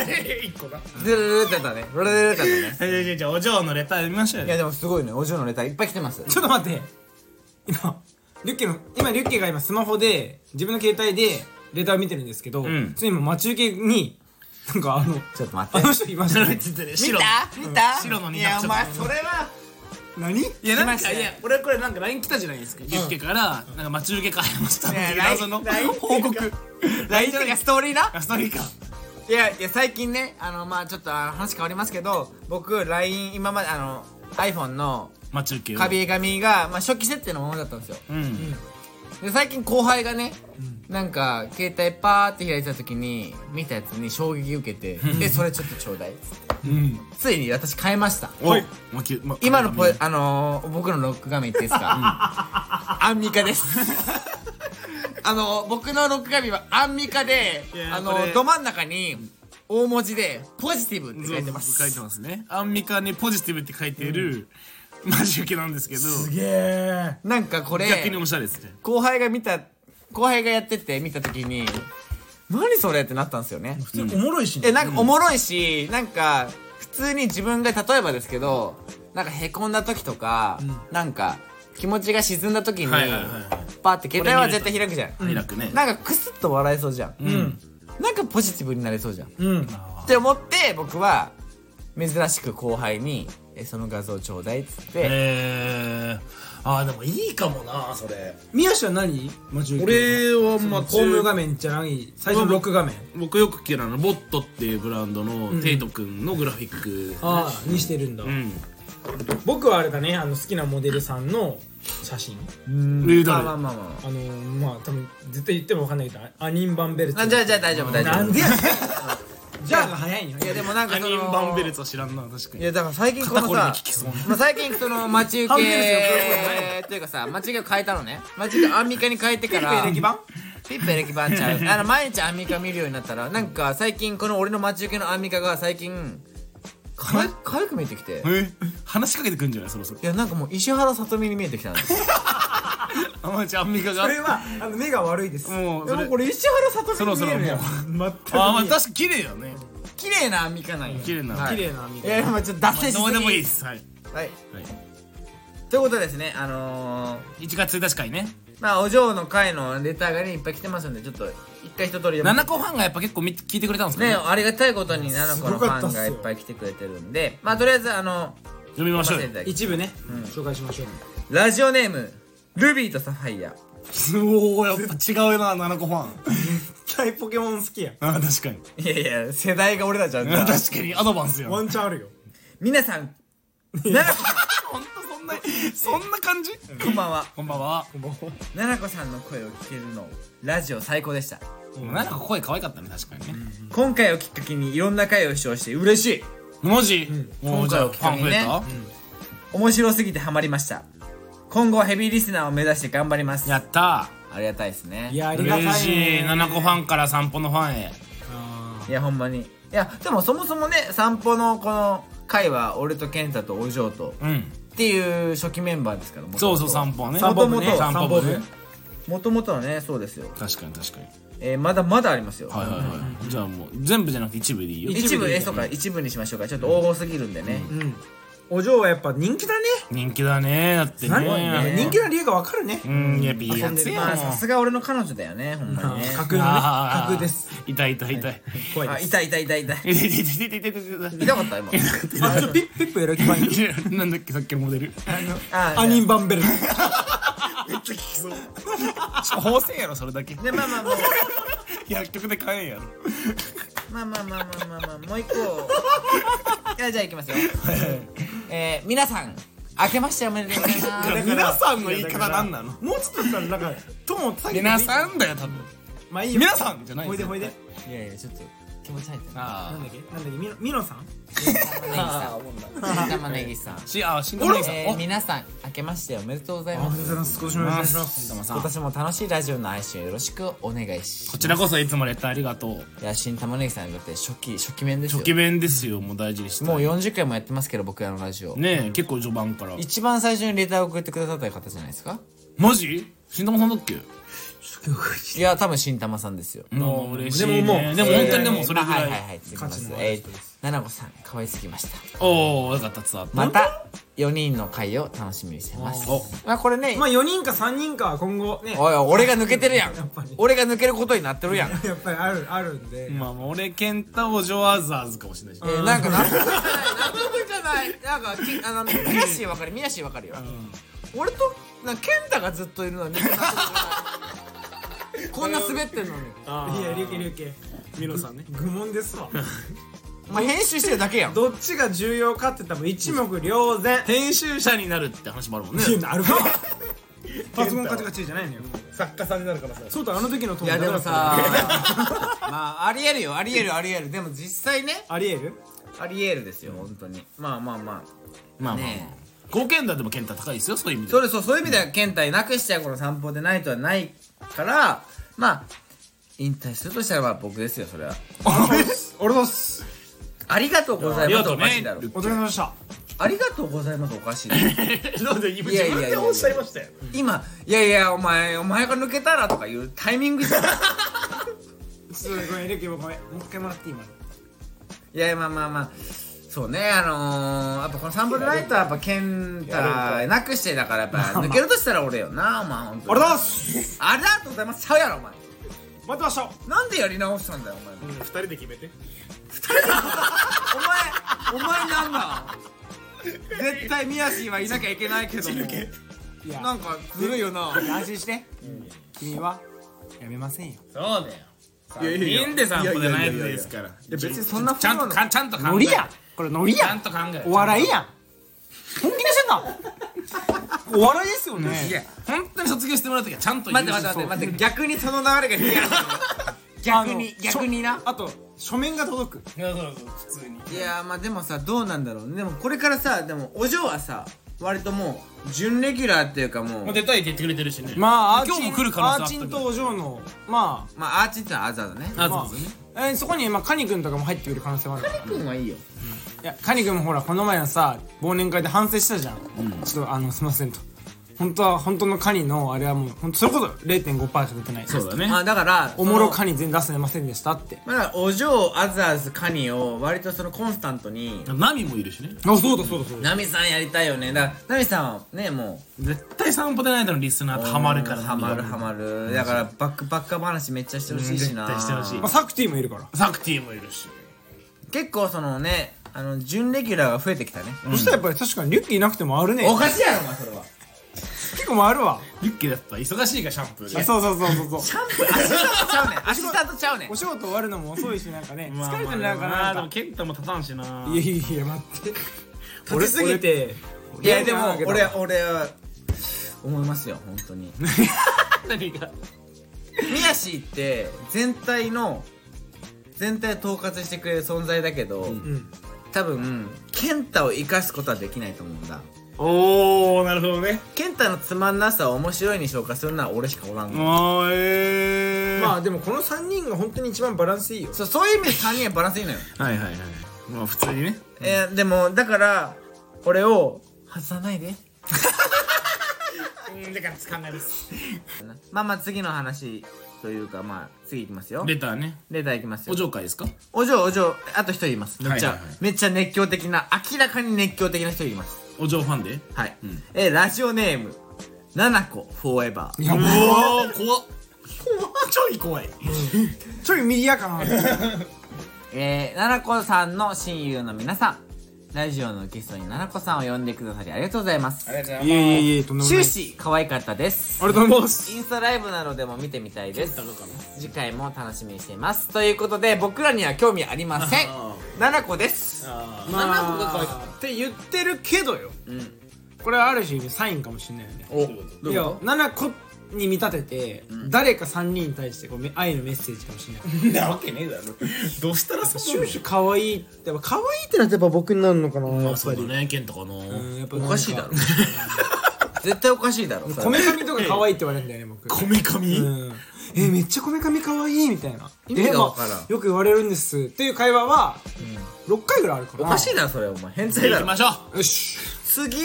Speaker 3: ね
Speaker 2: 一個だ
Speaker 1: ルルルルってやったねルルルルってやったね
Speaker 2: じゃあじゃあじゃあお嬢のレター読みましょう
Speaker 1: いや
Speaker 2: よ
Speaker 1: でもすごいねお嬢のレターいっぱい来てます
Speaker 3: ちょっと待って今リュッケの今リュッケが今スマホで自分の携帯でレター見てるんですけど、
Speaker 2: ん
Speaker 3: それ今待ち受けになんかあ の
Speaker 1: ちょっと待
Speaker 3: あ
Speaker 1: って
Speaker 3: の人いましたね
Speaker 2: 白
Speaker 1: 見た
Speaker 2: 白のに
Speaker 1: い
Speaker 2: な
Speaker 1: や
Speaker 2: っちゃった
Speaker 1: お前それは
Speaker 3: 何
Speaker 2: いやなん
Speaker 1: 来まし
Speaker 2: か
Speaker 1: たよ
Speaker 2: いや俺これなんか LINE 来たじゃないですかユッケからなんか待ち受け変えましたっていう
Speaker 1: ねえ
Speaker 2: 謎の
Speaker 1: LINE
Speaker 2: 報 告
Speaker 1: LINE とかストーリーな
Speaker 2: あそれか
Speaker 1: いやいや最近ねあのまあちょっとあの話変わりますけど僕 LINE 今まであの iPhone の
Speaker 2: 待ち受けを
Speaker 1: 壁紙が、まあ、初期設定のままだったんですよ
Speaker 2: うん
Speaker 1: で最近後輩がね、なんか携帯パーって開いてた時に見たやつに衝撃受けて「えそれちょっとちょうだい」っつって
Speaker 2: うん
Speaker 1: ついに私変えました
Speaker 2: おいもうきもう
Speaker 1: 今のポイあのー、僕のロック画面言っていいですか、アンミカです あのー、僕のロック画面はアンミカで
Speaker 2: いやー
Speaker 1: あ
Speaker 2: こ
Speaker 1: の
Speaker 2: れ
Speaker 1: ー、ど真ん中に大文字で「ポジティブ」って
Speaker 2: そう
Speaker 1: 書いて
Speaker 2: そう
Speaker 1: ます
Speaker 2: そう書いてますねアンミカにポジティブって書いてる待ち受けなんですけど
Speaker 3: げえ
Speaker 1: なんかこれ
Speaker 2: 逆におしゃれですね
Speaker 1: 後輩が見た後輩がやってて見た時に「何それ?」ってなったんですよね
Speaker 3: 普通におもろいしね
Speaker 1: えなんかおもろいし、なんか普通に自分が例えばですけどなんかへこんだ時とか、なんか気持ちが沈んだ時に、
Speaker 2: はいはいはいはい
Speaker 1: パーって携帯は絶対開くじゃん、
Speaker 2: リラックね
Speaker 1: なんかクスッと笑えそうじゃん、
Speaker 2: うん
Speaker 1: なんかポジティブになれそうじゃん、
Speaker 3: うん
Speaker 1: って思って僕は珍しく後輩に「えその画像ちょうだい」っつって、
Speaker 2: えーあーでもいいかもなそれ
Speaker 3: 宮下は何待ち受
Speaker 2: 俺
Speaker 3: け
Speaker 2: はまあ
Speaker 3: ホーム画面じゃない最初のロック画面
Speaker 2: 僕よく聞るあのボットっていうブランドのテイト君のグラフィック
Speaker 3: ああにしてるんだ、
Speaker 2: うん
Speaker 3: 僕はあれだねあの好きなモデルさんの写真
Speaker 2: えー
Speaker 1: ま
Speaker 2: 誰
Speaker 1: あまあまあま
Speaker 3: あのー、まあ多分絶対言っても分かんないけどアアニン・バンベルツ
Speaker 1: ああじゃあじゃあ大丈夫大丈夫
Speaker 3: なんでやねんじゃあが早いんよ
Speaker 1: いやでもなんか
Speaker 2: ア
Speaker 1: その
Speaker 2: ニン・バンベルツは知らんな確か
Speaker 1: い
Speaker 2: に
Speaker 1: やだから最近この
Speaker 2: 肩こりに
Speaker 1: さ
Speaker 2: 効きそうな
Speaker 1: まあ、最近その待ち受
Speaker 2: 半分です
Speaker 1: けというかさ待ち受けを変えたのね待ち受けアンミカに変えてから
Speaker 3: 歴版
Speaker 1: ピッペ歴版ちゃ うあの毎日アンミカ見るようになったらなんか最近この俺の待ち受けのアンミカが最近かわ可愛く見えてきて
Speaker 2: え話しかけてくんじゃないそろそろ
Speaker 1: いやなんかもう石原さとみに見えてきたんですよ
Speaker 2: あまちゃんアンミカが
Speaker 3: これはあの目が悪いです
Speaker 2: もう
Speaker 3: で
Speaker 2: それ
Speaker 3: もこれ石原さとみに見えるやん
Speaker 2: そろ
Speaker 3: 全く
Speaker 2: あーまあ確かに綺麗よね
Speaker 1: 綺麗なアンミカなんよ
Speaker 2: 綺麗な
Speaker 1: はい、
Speaker 3: 綺麗な網
Speaker 1: いやまあちょっと脱線しすぎ
Speaker 2: どうでもいいですはい
Speaker 1: はい
Speaker 2: はい
Speaker 1: ということでですねあのー、
Speaker 2: 1月1日会ね
Speaker 1: まあお嬢の会のレターがねいっぱい来てますんでちょっと一回一通り読み
Speaker 2: 7個半がやっぱ結構み聞いてくれたんですか
Speaker 1: ね
Speaker 2: ね
Speaker 1: ありがたいことに7個の
Speaker 3: すごか
Speaker 1: フ
Speaker 3: った
Speaker 1: ァ
Speaker 3: っ
Speaker 1: ン
Speaker 3: すよ
Speaker 1: がいっぱい来てくれてるんでまあとりあえずあの
Speaker 2: 読みましょう
Speaker 1: 読ませ
Speaker 2: よ
Speaker 1: ていただき
Speaker 3: 一部ね、紹介しましょう
Speaker 1: ラジオネームルビーとサファイア
Speaker 2: おおやっぱ違うな7個 半
Speaker 3: 絶対ポケモン好きや
Speaker 2: あー確か に
Speaker 1: いやいや世代が俺らじゃん
Speaker 2: 確かにアドバンスや
Speaker 3: ワンチャンあるよ
Speaker 1: 皆さん七個
Speaker 2: 本当そんなそんな感じ
Speaker 1: こんばんは
Speaker 2: こんばんは
Speaker 1: 奈々子さんの声を聞けるのラジオ最高でした
Speaker 2: なんか声可愛かったね確かにね
Speaker 1: 今回をきっかけにいろんな回を視聴して嬉しい
Speaker 2: マジもうじゃあ
Speaker 1: 今
Speaker 2: フ
Speaker 1: 回は
Speaker 2: ァン増えた
Speaker 1: 面白すぎてハマりました今後ヘビーリスナーを目指して頑張ります
Speaker 2: やった
Speaker 1: ありがたいですね
Speaker 3: いやありがたいね
Speaker 2: 嬉しい七子ファンから散歩のファンへ
Speaker 3: あ
Speaker 1: いやほんまにいやでもそもそもね散歩のこの回は俺と健太とお嬢と
Speaker 2: うん
Speaker 1: っていう初期メンバーですから
Speaker 2: そうそう散歩はね
Speaker 3: ー散歩部
Speaker 1: 元
Speaker 3: ね
Speaker 1: 々
Speaker 2: 散歩部ね
Speaker 1: もともとはねそうですよ、
Speaker 2: 確かに確かに
Speaker 1: えーまだまだありますよ、
Speaker 2: はいはいはいじゃあもう全部じゃなくて一部でいいよ
Speaker 3: い
Speaker 1: 一
Speaker 3: 一部
Speaker 1: 部
Speaker 3: でいい
Speaker 1: えそうか一部にしましょうかちょっと応募すぎるんでね、
Speaker 3: うんお嬢はやっぱ人気だね
Speaker 2: 人気だねだって
Speaker 3: 何
Speaker 2: ね
Speaker 3: 人気の理由がわかるね
Speaker 2: うんやっぱいいやつや
Speaker 1: まあ
Speaker 2: も
Speaker 1: さ
Speaker 2: ん
Speaker 1: すが俺の彼女だよねほんまにね、
Speaker 3: 架空のね架
Speaker 2: あー
Speaker 3: 空です
Speaker 2: 痛い痛い痛い
Speaker 3: 怖い
Speaker 1: あ
Speaker 3: で
Speaker 1: い
Speaker 3: す
Speaker 1: たいたいたいた
Speaker 2: 痛い痛い痛い痛い痛い痛い痛い
Speaker 1: 痛かった今
Speaker 3: あちょっとピッピップやる気ない
Speaker 2: いや なんだっけさっきのモ デル
Speaker 1: あ
Speaker 3: アニンバンベル
Speaker 2: 法制やろそれだけ
Speaker 1: でまあまあもう
Speaker 2: 薬局で買えんやろ
Speaker 1: まあまあまあまあまあまあもう一個いやじゃあいきますよえー、皆さん明けましておめでとうございます
Speaker 2: 皆さんの言い方なんなの
Speaker 3: もうちょっとしたらなんかトーン下げてもいい
Speaker 2: 皆さんだよ多分
Speaker 3: まあいいよ
Speaker 2: 皆さんじゃない
Speaker 3: ほいでほいで
Speaker 1: いやいやちょっと気持ち入ってな
Speaker 3: な
Speaker 2: あ
Speaker 3: んだっけなんだっけミノミノさん
Speaker 1: 玉ねぎさん
Speaker 2: しあしんどいさん
Speaker 1: えー、皆さん明けましておめでとうござい
Speaker 3: ありが
Speaker 1: ま
Speaker 3: とう
Speaker 1: す
Speaker 3: ございます今年もよろしくお願いします
Speaker 2: お
Speaker 1: 今年も楽しいラジオの配信をよろしくお願いし
Speaker 2: こちらこそいつもレターありがとう
Speaker 1: いや新玉ねぎさんにとって初期初期面ですよ
Speaker 2: 初期弁ですよもう大事にして
Speaker 1: もう40回もやってますけど僕らのラジオ、
Speaker 2: ねえ結構序盤から
Speaker 1: 一番最初にレターを送ってくださった方じゃないですか
Speaker 2: マジしんどまさんだっけ
Speaker 1: いや多分新玉さんですよ
Speaker 2: もう嬉しいね
Speaker 3: でももう
Speaker 2: でも本当にでも
Speaker 1: えー
Speaker 2: それぐ
Speaker 1: まあ
Speaker 2: ら
Speaker 1: はいはい
Speaker 2: い
Speaker 1: はい続きます
Speaker 3: 価値のある
Speaker 1: え
Speaker 3: 人
Speaker 1: ー奈々子さん可愛すぎました
Speaker 2: おおよかった伝わった
Speaker 1: また4人の回を楽しみにしてます
Speaker 2: お
Speaker 1: まあこれね
Speaker 3: まあ4人か3人か今後ね
Speaker 1: おいおい俺が抜けてるやん
Speaker 3: やっぱり
Speaker 1: 俺が抜けることになってるやんえ
Speaker 3: やっぱりあるあるんで
Speaker 2: まあもう俺ケンタオジョアザーズかもしれないし
Speaker 1: ーなんか納得いかない納得いかないなんかきあの宮しわかる宮しわかるよ俺となんか健太がずっといるのにこんな滑ってるのに
Speaker 3: いやりゅうけりゅうけ
Speaker 2: ミノさんね
Speaker 3: 愚問ですわ
Speaker 1: お前編集してるだけやん
Speaker 3: どっちが重要かって多分一目瞭然
Speaker 2: 編集者になるって話もあるもんね
Speaker 3: っていうのあ るかパソコンカチカチじゃないのよ作家さんになるからさそうだあの時の友
Speaker 1: いやでもさまあありえるよありえるありえるでも実際ね
Speaker 3: ありえる
Speaker 1: ありえるですよ本当にまあまあま
Speaker 2: まあまあまあ
Speaker 1: ね
Speaker 2: 貢献度でもケンタ高いですよそういう
Speaker 1: あ
Speaker 2: 意味で
Speaker 1: それそうそういう意味では健太になくしちゃうこの散歩でないとはないからまあ引退するとしたらまあ僕ですよそれは
Speaker 3: 俺のす
Speaker 1: ありがとうござ
Speaker 2: あ
Speaker 1: い
Speaker 2: り
Speaker 1: ます
Speaker 2: がと
Speaker 1: お
Speaker 2: う
Speaker 1: かしい
Speaker 2: ね
Speaker 1: だろ
Speaker 3: お疲れ様でした
Speaker 1: ありがとうございますおかし いだろ
Speaker 2: なんで今
Speaker 1: いやいやいやいや
Speaker 3: ましたよ
Speaker 1: 今いやいやお前お前が抜けたらとかいうタイミングじゃん い
Speaker 3: ちょっとごめんりゅうけもごめんもう一回もらっていい今の
Speaker 1: やいやまあまあまあそうねあのー、やっぱこの散歩でないとはやっぱ健太なくしてだからやっぱ抜けるとしたら俺よなお前本当
Speaker 3: 俺
Speaker 1: に
Speaker 3: だす
Speaker 1: ありがとうございますちゃうやろお前
Speaker 3: 待ってました
Speaker 1: なんでやり直したんだよお前も
Speaker 2: 二人で決めて
Speaker 1: お前お前なんだ絶対ミヤシーはいなきゃいけないけども
Speaker 3: いや
Speaker 1: なんかずるいよな
Speaker 3: 安心して君はやめませんよ
Speaker 2: そうだよ
Speaker 1: いやいやいや
Speaker 2: いいんで散歩でないですから
Speaker 1: や別にそんな
Speaker 2: ちゃんとかちゃんと考え
Speaker 3: ノリやんこれノリ
Speaker 2: ちゃ
Speaker 3: や
Speaker 2: ん
Speaker 3: ん
Speaker 2: と考え
Speaker 3: お笑いやん本気にしてんなお笑いですよ
Speaker 1: いや
Speaker 3: ね
Speaker 2: 本当に卒業してもらうときはちゃんと言う
Speaker 1: 待って待って待って待って逆にその流れが
Speaker 3: あ
Speaker 1: 逆
Speaker 3: の
Speaker 1: に逆にな
Speaker 3: あと書面が届く
Speaker 2: いやそうそう普通に
Speaker 1: いやーまあでもさどうなんだろうねでもこれからさでもお嬢はさ割ともう準レギュラーっていうかもう
Speaker 2: もう出たいって言ってくれてるしね
Speaker 3: まあ、
Speaker 2: 今日も来る可
Speaker 3: ア
Speaker 2: 能
Speaker 3: ー
Speaker 2: 性
Speaker 3: チ
Speaker 2: あ
Speaker 3: ン
Speaker 2: った
Speaker 3: とお嬢の、ま
Speaker 1: まあアーチってのはアザーだね
Speaker 2: あ
Speaker 3: あ、ま
Speaker 2: そうですね
Speaker 3: あ、えーそこに、まあ、カニ君とかも入ってくる可能性もあるから。い
Speaker 1: 君はいいよ
Speaker 3: や、カニ君もほら、この前のさ、忘年会で反省したじゃん。ちょっと、あの、すいませんと。本当は、本当のカニの、あれはもう、ほんとそれこそ0.5%しか出てない。
Speaker 2: そうだね
Speaker 1: あだから
Speaker 3: おもろ
Speaker 1: その
Speaker 3: カニ全然出せませんでしたって。
Speaker 1: まあお嬢アザーズカニを割とそのコンスタントに
Speaker 2: ナミもいるしね
Speaker 3: あ、そうだそうだそうだ。
Speaker 1: ナミさんやりたいよねだからナミさんはねも
Speaker 2: 絶対散歩でないとのリスナー
Speaker 1: う
Speaker 2: ってハマるから
Speaker 1: ハマるハ
Speaker 2: る
Speaker 1: マるだからバックパッカー話めっちゃしてほしいしな、
Speaker 2: うん絶対してほしい
Speaker 3: まあ、サクティもいるから。
Speaker 2: サクティもいるし
Speaker 1: 結構そのねあの準レギュラーが増えてきたね、
Speaker 3: そしたらやっぱり確かにリュッキーいなくてもあるね
Speaker 1: お。かしいやろお前それは
Speaker 3: 結構回るわ。
Speaker 2: リュッケだったら忙しいからシャンプー
Speaker 3: あ
Speaker 2: で
Speaker 3: そうそうそうそうそう。
Speaker 1: シャンプーアシスタントちゃうねんアシスタントちゃうねん
Speaker 3: お仕事終わるのも遅いし、なんかね、
Speaker 2: まあまあ
Speaker 3: 疲れてるなんか
Speaker 2: まあ
Speaker 3: な
Speaker 2: でも
Speaker 3: んか。
Speaker 2: ケンタも立たんしない
Speaker 3: やいやいや、待って。
Speaker 1: 立ちすぎ
Speaker 3: て
Speaker 1: いやで
Speaker 3: 嫌
Speaker 1: も
Speaker 3: になる
Speaker 1: 俺
Speaker 3: わけだ
Speaker 1: 俺は思いますよ本当 に
Speaker 2: 何が
Speaker 1: 宮氏って全体の全体を統括してくれる存在だけど、
Speaker 3: うん
Speaker 1: 多分健太を生かすことはできないと思うんだ
Speaker 2: おーなるほどね
Speaker 1: 健太のつまんなさを面白いに消化するのは俺しかおらんの、
Speaker 2: あーえー、
Speaker 3: まあでもこの3人が本当に一番バランスいいよ
Speaker 1: そうそういう意味で3人はバランスいいのよ、
Speaker 2: はいはいはいまあ普通にね
Speaker 1: えーでもだから俺を外さないで
Speaker 2: うんだからつかないです
Speaker 1: まあまあ次の話というかまあ次いきますよ
Speaker 2: レターね
Speaker 1: レターいきますよ
Speaker 2: お嬢会ですか
Speaker 1: お嬢お嬢あと一人いますめっちゃ、
Speaker 2: はいはいはい
Speaker 1: めっちゃ熱狂的な明らかに熱狂的な人います
Speaker 2: お嬢ファンで
Speaker 1: はい、
Speaker 2: うん
Speaker 1: えーラジオネーム七子フォーエバー
Speaker 2: やばー怖っちょい怖い
Speaker 3: ちょいミリア感ある
Speaker 1: えー、七子さんの親友の皆さんラジオのゲストに七子さんを呼んでくださりありがとうございます
Speaker 2: とうご
Speaker 3: いえいえいえとんでもない
Speaker 1: 終始可愛かったです
Speaker 3: ありがとうございます
Speaker 1: インスタライブなどでも見てみたいです
Speaker 2: 高かな
Speaker 1: 次回も楽しみにしていますということで僕らには興味ありません
Speaker 2: あ
Speaker 1: 七子です
Speaker 2: あ
Speaker 3: ま
Speaker 2: まあ
Speaker 3: あって言ってるけどよ
Speaker 1: うん
Speaker 3: これはある種サインかもしれないよね
Speaker 1: お
Speaker 3: いや7個に見立てて、誰か3人に対してこうめ愛のメッセージかもしれない
Speaker 2: なわけねえだろどうしたらそ
Speaker 3: シューシュ可愛いってやっぱ可愛いってなってやっぱ僕になるのかなや
Speaker 2: まあ
Speaker 3: っ
Speaker 2: そ
Speaker 3: ぱ
Speaker 2: うだ
Speaker 3: り
Speaker 2: ねケンとかの
Speaker 3: うんやっぱ
Speaker 1: お
Speaker 3: なん
Speaker 1: かしい だろ絶対おかしいだろそれ
Speaker 3: こめかみとか可愛いって言われるんだよね僕
Speaker 2: こめかみ
Speaker 3: うんえめっちゃこめかみ可愛いみたいな
Speaker 1: 意味が
Speaker 3: えまあ
Speaker 1: わからん
Speaker 3: よく言われるんですっていう会話は6回ぐらいあるか
Speaker 1: お
Speaker 3: ら
Speaker 1: かしいだろそれお前変態
Speaker 2: 行
Speaker 1: だ
Speaker 2: き
Speaker 1: ろ
Speaker 2: ましょ
Speaker 3: よし
Speaker 1: 次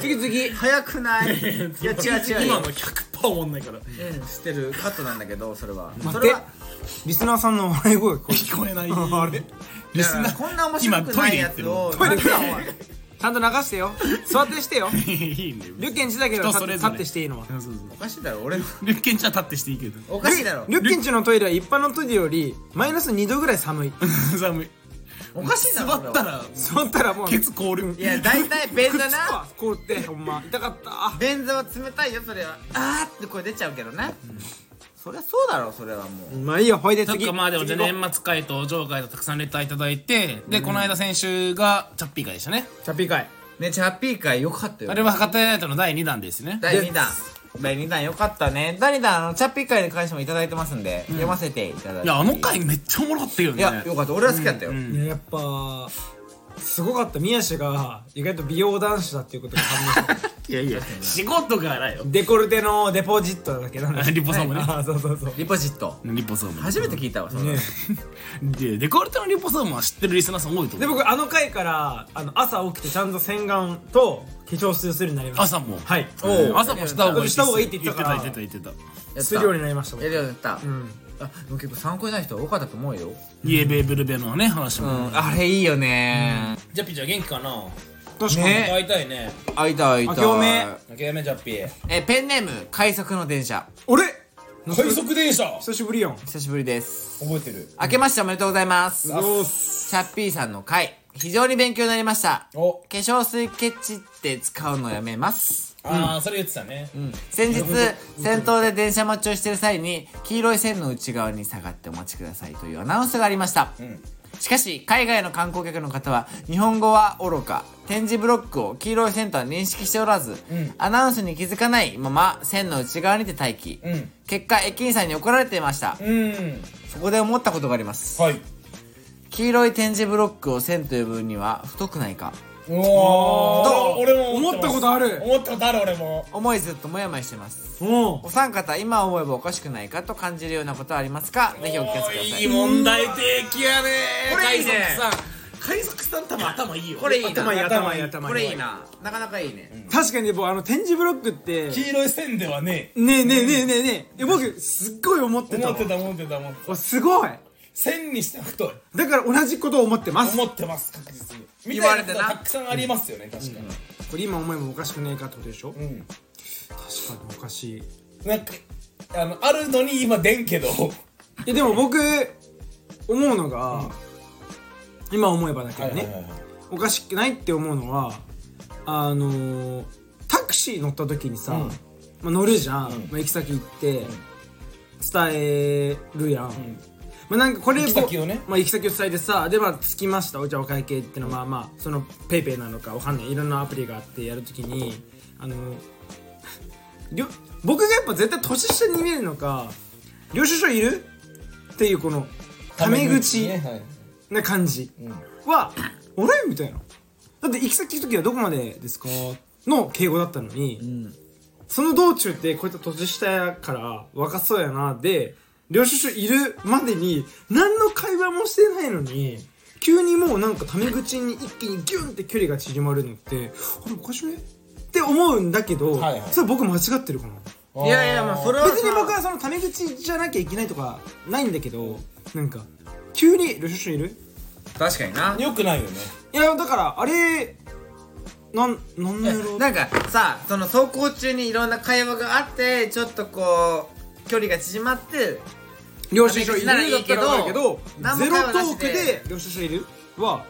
Speaker 3: 次次
Speaker 1: 早くないいや違う違う
Speaker 2: う今の100%思んないから
Speaker 1: うんしてるカットなんだけどそれはそ
Speaker 3: 待っ
Speaker 1: れ
Speaker 3: て
Speaker 1: は
Speaker 3: リスナーさんの笑 い声が聞こえる
Speaker 2: 聞こえない
Speaker 3: あれ
Speaker 2: リスナ
Speaker 1: だ
Speaker 2: ー
Speaker 1: からこんな面白くないやつを
Speaker 3: トイレ行ってる
Speaker 1: なんだお前
Speaker 3: ちゃんと流してよ座ってしてよ
Speaker 2: いいね
Speaker 3: ルッケンチだけど
Speaker 2: 人
Speaker 3: 立
Speaker 2: そ
Speaker 3: って
Speaker 2: れ
Speaker 3: 立
Speaker 2: ぞれ
Speaker 3: ってしていいのは
Speaker 2: そうそうそう
Speaker 1: おかしいだろ俺の
Speaker 2: ルッケンちゃん立ってしていいけど
Speaker 1: おかしいだろ
Speaker 3: ルッケンチのトイレは一般のトイレよりマイナス2度ぐらい寒い
Speaker 2: 寒い
Speaker 1: おかしいだろ
Speaker 2: 座ったら
Speaker 3: そうったらもう
Speaker 2: ケツ凍る
Speaker 1: いや大体便座な
Speaker 3: な凍ってほんま痛かった
Speaker 1: 便座は冷たいよそれはあーって声出ちゃうけどなそりゃそうだろそれはもう
Speaker 3: まあいいよほいで
Speaker 2: なん
Speaker 3: 次
Speaker 2: かまあでもじゃあ
Speaker 3: 次行こ
Speaker 2: 年末会と上会とたくさんレターいただいてでこの間先週がチャッピー会でしたね
Speaker 3: うチャピ会
Speaker 1: めちゃハッピー会よかったよ
Speaker 2: あれは博多ナイトの第2弾ですね
Speaker 1: 第2弾第2弾よかったね第2弾あのチャッピー会に関してもいただいてますんで、読ませていただいて
Speaker 2: い
Speaker 1: い
Speaker 2: やあの回めっちゃおもろかったよ
Speaker 1: い
Speaker 2: ね
Speaker 1: やよかった俺は好きだったよ、
Speaker 3: いややっぱすごかった宮氏が意外と美容男子だっていうことが判明した
Speaker 2: いやいや仕事からよ
Speaker 3: デコルテのデポジットだっけなんだ
Speaker 2: リポソームね
Speaker 3: ああそうそうそう
Speaker 1: リポジット
Speaker 2: リポソーム
Speaker 1: 初めて聞いたわその、
Speaker 3: ね
Speaker 2: でデコルテのリポソームは知ってるリスナーさん多いと
Speaker 3: で
Speaker 2: 思う
Speaker 3: 僕あの回からあの朝起きてちゃんと洗顔と化粧水をするようになりました
Speaker 2: 朝も
Speaker 3: はい
Speaker 1: おう
Speaker 2: 朝もした方がいい
Speaker 3: した方がいいって言ったから
Speaker 2: 言ってた言ってた言って
Speaker 1: やった
Speaker 3: するようになりましたもん
Speaker 1: やるようになった、
Speaker 3: うん
Speaker 1: あでも結構参考になる人多かったと思うよ
Speaker 2: たイエベブルベのね話
Speaker 1: う
Speaker 2: も
Speaker 1: んあれいいよね
Speaker 2: ジャッピーちゃん元気かな
Speaker 3: 確かに
Speaker 1: ね
Speaker 2: いたいね
Speaker 1: あいたあい
Speaker 3: 明
Speaker 1: た
Speaker 3: けおめ
Speaker 2: 泣きやめジャッピー
Speaker 1: えペンネーム快速の電車
Speaker 3: 俺
Speaker 2: 快速電車
Speaker 3: 久しぶりやん
Speaker 1: 久しぶりです
Speaker 2: 覚えてる
Speaker 1: 明けましておめでとうございます
Speaker 3: どう
Speaker 1: チャッピーさんの回非常に勉強になりました化
Speaker 2: お
Speaker 1: 粧水ケチって使うのやめます
Speaker 2: ああそれ言ってたね
Speaker 1: 先日先頭で電車待ちをしている際に黄色い線の内側に下がってお待ちくださいというアナウンスがありました、しかし海外の観光客の方は日本語はおろか点字ブロックを黄色い線とは認識しておらず、アナウンスに気づかないまま線の内側にて待機、
Speaker 2: ん
Speaker 1: 結果駅員さんに怒られていました、
Speaker 2: うん
Speaker 1: そこで思ったことがあります
Speaker 2: はい
Speaker 1: 黄色い点字ブロックを線と呼ぶには太くないか
Speaker 2: うわ
Speaker 1: どう
Speaker 2: 俺も
Speaker 3: 思ったことある
Speaker 2: 思ったことある俺も
Speaker 1: 思いずっとモヤモヤしてます
Speaker 3: おう
Speaker 1: お三方今思えばおかしくないかと感じるようなことはありますかぜひお聞かせください
Speaker 2: 問題提起やね
Speaker 1: これいいね
Speaker 2: 海賊さん海賊さん多分頭いいよ
Speaker 1: これいいな
Speaker 3: 頭いい頭いい頭いい
Speaker 1: これいいななかなかいいね、
Speaker 3: 確かに僕あの展示ブロックってね
Speaker 4: 黄色い線ではね
Speaker 3: えねえねえねえねええ僕すっごい思って
Speaker 4: え
Speaker 3: た
Speaker 4: 思
Speaker 3: わ
Speaker 4: ってた思ってた思ってた
Speaker 3: おすごい
Speaker 4: 線にして太い
Speaker 3: だから同じことを思ってます
Speaker 4: 思ってます確実にみ
Speaker 1: 言
Speaker 4: た
Speaker 1: わ
Speaker 4: い
Speaker 1: れ
Speaker 4: な
Speaker 1: て
Speaker 4: こ
Speaker 1: な
Speaker 4: とたくさんありますよね確かに
Speaker 3: これ今思えばおかしくねえかってことでしょ
Speaker 4: うん、
Speaker 3: 確かにおかしい
Speaker 4: なんかあのあるのに今出んけど
Speaker 3: えでも僕思うのが今思えばだけ
Speaker 4: は
Speaker 3: ど
Speaker 4: いはいはいは
Speaker 3: ね
Speaker 4: い
Speaker 3: おかしくないって思うのはあのータクシー乗った時にさ、
Speaker 4: ん
Speaker 3: まあ、乗るじゃん、まあ、行き先行って伝えるやん、まあなんかこれ
Speaker 4: 行き先をね
Speaker 3: こうまあ行き先を伝えてさでまあ着きましたお茶お会計ってのはまあまあそのペイペイなのかわかんないいろんなアプリがあってやるときにあの りょ僕がやっぱ絶対年下に見えるのか領収書いるっていうこのタメ口
Speaker 4: ねはい
Speaker 3: な感じは「俺?」みたいなだって行き先行く時はどこまでですかの敬語だったのに、その道中ってこういった年下やから若そうやなで領収書いるまでに何の会話もしてないのに急にもうなんかタメ口に一気にギュンって距離が縮まるのってあれおかしくねって思うんだけど、
Speaker 4: はいはい
Speaker 3: それ僕間違ってるかな
Speaker 1: うんいやいやまあそれは
Speaker 3: 別に僕はそのタメ口じゃなきゃいけないとかないんだけどなんか急に領収書いる
Speaker 1: 確かにな
Speaker 4: よくないよね
Speaker 3: いやだからあれなんなんのやろ
Speaker 1: なんかさその走行中にいろんな会話があってちょっとこう距離が縮まって
Speaker 3: 領収書いる
Speaker 1: ならいい
Speaker 3: だったらわかるけど
Speaker 1: 何も
Speaker 3: ゼロ
Speaker 1: 会
Speaker 3: ト
Speaker 1: 話な
Speaker 3: ー
Speaker 1: し
Speaker 3: ク
Speaker 1: で
Speaker 3: で領収書いるは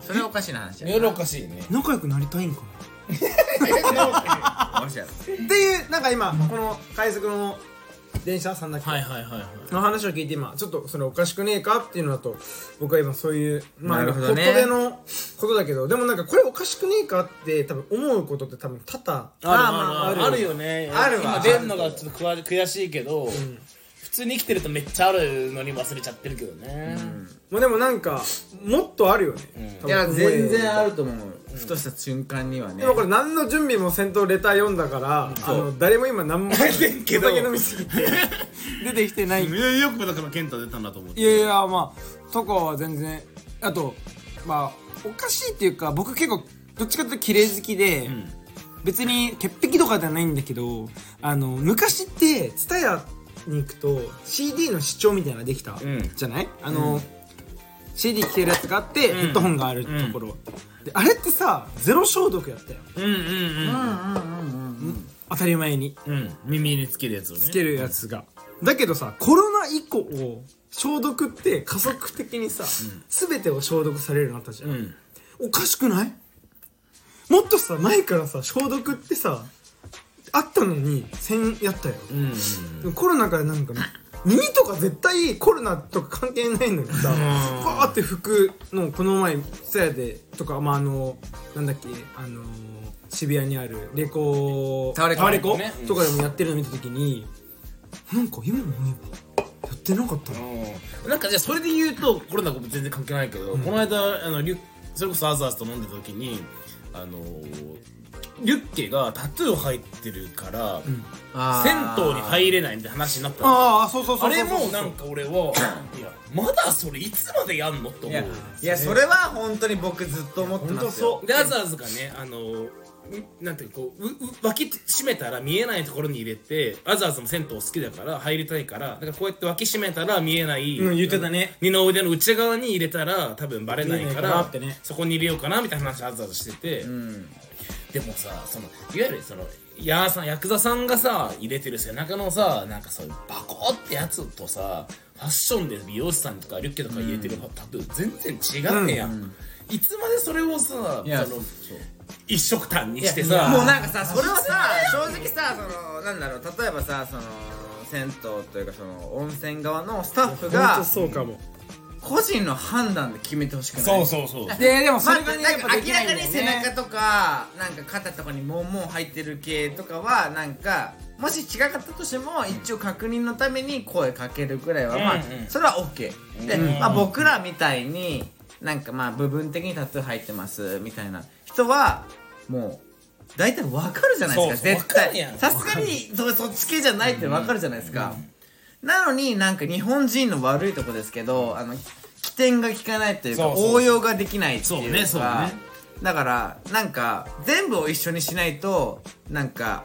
Speaker 1: それはおかしな話や
Speaker 4: 夜おかしいね
Speaker 3: 仲良くなりたいんか
Speaker 1: なおかしいやろ
Speaker 3: なっていうなんか今この快速の電車さんだっけ
Speaker 2: はいはいはいはい
Speaker 3: の話を聞いて今ちょっとそれおかしくねえかっていうのだと僕は今そういうまあ
Speaker 1: なる
Speaker 3: こ
Speaker 1: ほ
Speaker 3: こ
Speaker 1: どね
Speaker 3: でのことだけどでもなんかこれおかしくねえかって多分思うことって多分多々
Speaker 2: ある
Speaker 1: あ
Speaker 2: ある
Speaker 1: まあ
Speaker 2: あるよね
Speaker 1: あるわ
Speaker 2: 今出んのがちょっと悔悔しいけど、普通に生きてるとめっちゃあるのに忘れちゃってるけどね、
Speaker 3: まあでもなんかもっとあるよね、多分
Speaker 1: いや全然あると思う、ふとした瞬間にはね
Speaker 3: でもこれ何の準備も先頭レター読んだから、あの誰も今何も
Speaker 4: けど
Speaker 3: お酒飲みすぎて出てきてない
Speaker 2: いやよくだから健太出たんだと思う
Speaker 3: いやいやまあとかは全然あとまあおかしいっていうか僕結構どっちかというと綺麗好きで、別に潔癖とかではないんだけどあの昔って TSUTAYA に行くと CD の視聴みたいなのができた、
Speaker 2: ん
Speaker 3: じゃないあの、CD 聴けるやつがあって、ヘッドホンがあるところ、であれってさゼロ消毒やったよ
Speaker 2: うんうんうん
Speaker 3: 当たり前に
Speaker 2: うん耳につけるやつをね
Speaker 3: つけるやつが、だけどさコロナ以降消毒って加速的にさ、全てを消毒されるようになったじゃん、
Speaker 2: うん
Speaker 3: おかしくないもっとさ前からさ消毒ってさあったのに1000やったよ、
Speaker 2: うんうん
Speaker 3: でもコロナからなんか耳とか絶対コロナとか関係ないのにさバーって服のこの前ツヤでとかまああのなんだっけあの渋谷にあるレコ
Speaker 1: タワレコ
Speaker 3: コ
Speaker 4: ねうん
Speaker 3: とかでもやってるの見た時になんか今思えばやってなかったな
Speaker 2: うんなんかじゃあそれで言うとコロナ全然関係ないけど、この間あのリュそれこそアザーズと飲んでた時にあのリュッケがタトゥー入ってるから、
Speaker 1: あー
Speaker 2: 銭湯に入れないみたいな話になったの
Speaker 3: ああそうそう
Speaker 2: あれもなんか俺はいやまだそれいつまでやんのと
Speaker 1: い
Speaker 2: 思
Speaker 1: や
Speaker 2: う
Speaker 1: いやそれは本当に僕ずっと思ってますよ
Speaker 2: うでアザーズがねあのうなんていうかこううう脇締めたら見えないところに入れてアザーズも銭湯好きだから入りたいからだからこうやって脇締めたら見えない、
Speaker 3: うん言ってたね
Speaker 2: 二の腕の内側に入れたら多分バレないか
Speaker 3: 見えないから
Speaker 2: ら
Speaker 3: ってね
Speaker 2: そこに入れようかなみたいな話をアザーズしてて、でもさそのいわゆるそのヤーさんヤクザさんがさ入れてる背中のさなんかそういうバコってやつとさファッションで美容師さんとかリュッケとか入れてるタトゥー全然違ってやん、いつまでそれをさ
Speaker 1: いや
Speaker 2: そ
Speaker 1: そ
Speaker 2: の
Speaker 1: う
Speaker 2: 一色単にして
Speaker 1: いや
Speaker 2: さ
Speaker 1: もうなんかさそれはさ正直さそのなんだろう例えばさその銭湯というかその温泉側のスタッフ
Speaker 3: 本
Speaker 1: が
Speaker 3: 当そうかも
Speaker 1: 個人の判断で決めてほしくない
Speaker 2: そうそうそう
Speaker 3: ででもそ
Speaker 1: まあ、
Speaker 3: れ
Speaker 1: な
Speaker 3: が
Speaker 1: ん
Speaker 3: ね
Speaker 1: か
Speaker 3: やっぱでき
Speaker 1: 明ら
Speaker 3: ない
Speaker 1: か
Speaker 3: ん
Speaker 1: に
Speaker 3: だよ
Speaker 1: 背
Speaker 3: ね
Speaker 1: 中とかなんか肩とかにモンモン入ってる系とかはなんかもし違かったとしても一応確認のために声かけるくらいはまあ、
Speaker 2: うんうん
Speaker 1: それは OK で、まあ、僕らみたいになんかまあ部分的にタトゥー入ってますみたいな人はもう大体わかるじゃないですか
Speaker 2: そうそう
Speaker 1: 絶
Speaker 2: わかるやん
Speaker 1: 対さすがにそそっち系じゃないってわかるじゃないですか、なのになんか日本人の悪いとこですけどあの起点が効かないというか
Speaker 2: そうそう
Speaker 1: 応用ができないっていうか
Speaker 2: そうねそうね
Speaker 1: だからなんか全部を一緒にしないとなんか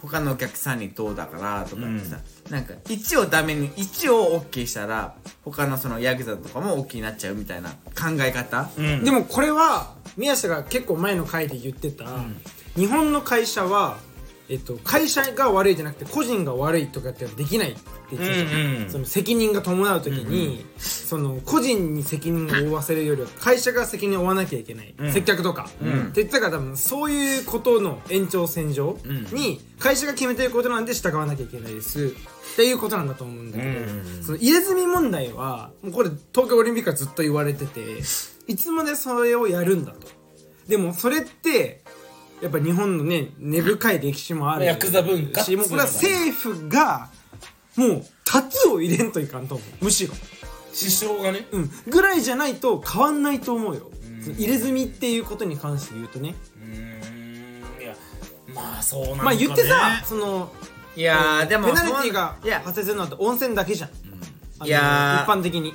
Speaker 1: 他のお客さんにどうだからとかってさ、なんか1をダメに1を OK したら他のそのヤクザとかも OK になっちゃうみたいな考え方、
Speaker 2: うん
Speaker 3: でもこれは宮下が結構前の回で言ってた、日本の会社はえっと、会社が悪いじゃなくて個人が悪いとかってできないって言ってたじゃん、
Speaker 2: うんうん
Speaker 3: その責任が伴う時に、その個人に責任を負わせるよりは会社が責任を負わなきゃいけない、接客とか、って言ってたから多分そういうことの延長線上に会社が決めてることなんで従わなきゃいけないですっていうことなんだと思うんだけど、その入れ墨問題はもうこれ東京オリンピックからずっと言われてていつまでそれをやるんだと。でもそれってやっぱ日本のね根深い歴史もある
Speaker 4: ヤクザ文化
Speaker 3: しもうこれは政府がもうタトゥーを入れんといかんと思うむしろ、
Speaker 4: 師匠がね
Speaker 3: うん、ぐらいじゃないと変わんないと思うよその入れ墨っていうことに関して言うとね
Speaker 4: うーんいや
Speaker 2: まあそうなんかね
Speaker 3: まあ言ってさその
Speaker 1: いやーでも
Speaker 3: ペナルティが
Speaker 1: そんいや
Speaker 3: 発生するのって温泉だけじゃんあの
Speaker 1: いやー
Speaker 3: 一般的に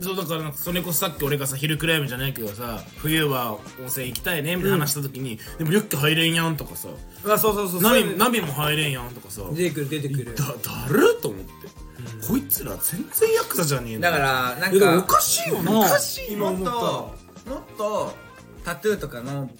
Speaker 2: そうだからなんかそれこそさっき俺がさ昼クライムじゃないけどさ冬は温泉行きたいねみたいな話した時に、でもリュック入れんやんとかさ
Speaker 3: うわそうそうそうそう
Speaker 2: ナ
Speaker 3: いう
Speaker 2: ビナビも入れんやんとかさだ
Speaker 3: 出てくる出てくる
Speaker 2: だるっと思って、こいつら全然ヤクザじゃねえん
Speaker 1: だからなん
Speaker 2: いやでもお
Speaker 1: か
Speaker 2: かしいよね
Speaker 3: うん
Speaker 2: おかしいよ
Speaker 1: もっともっとタトゥーとかの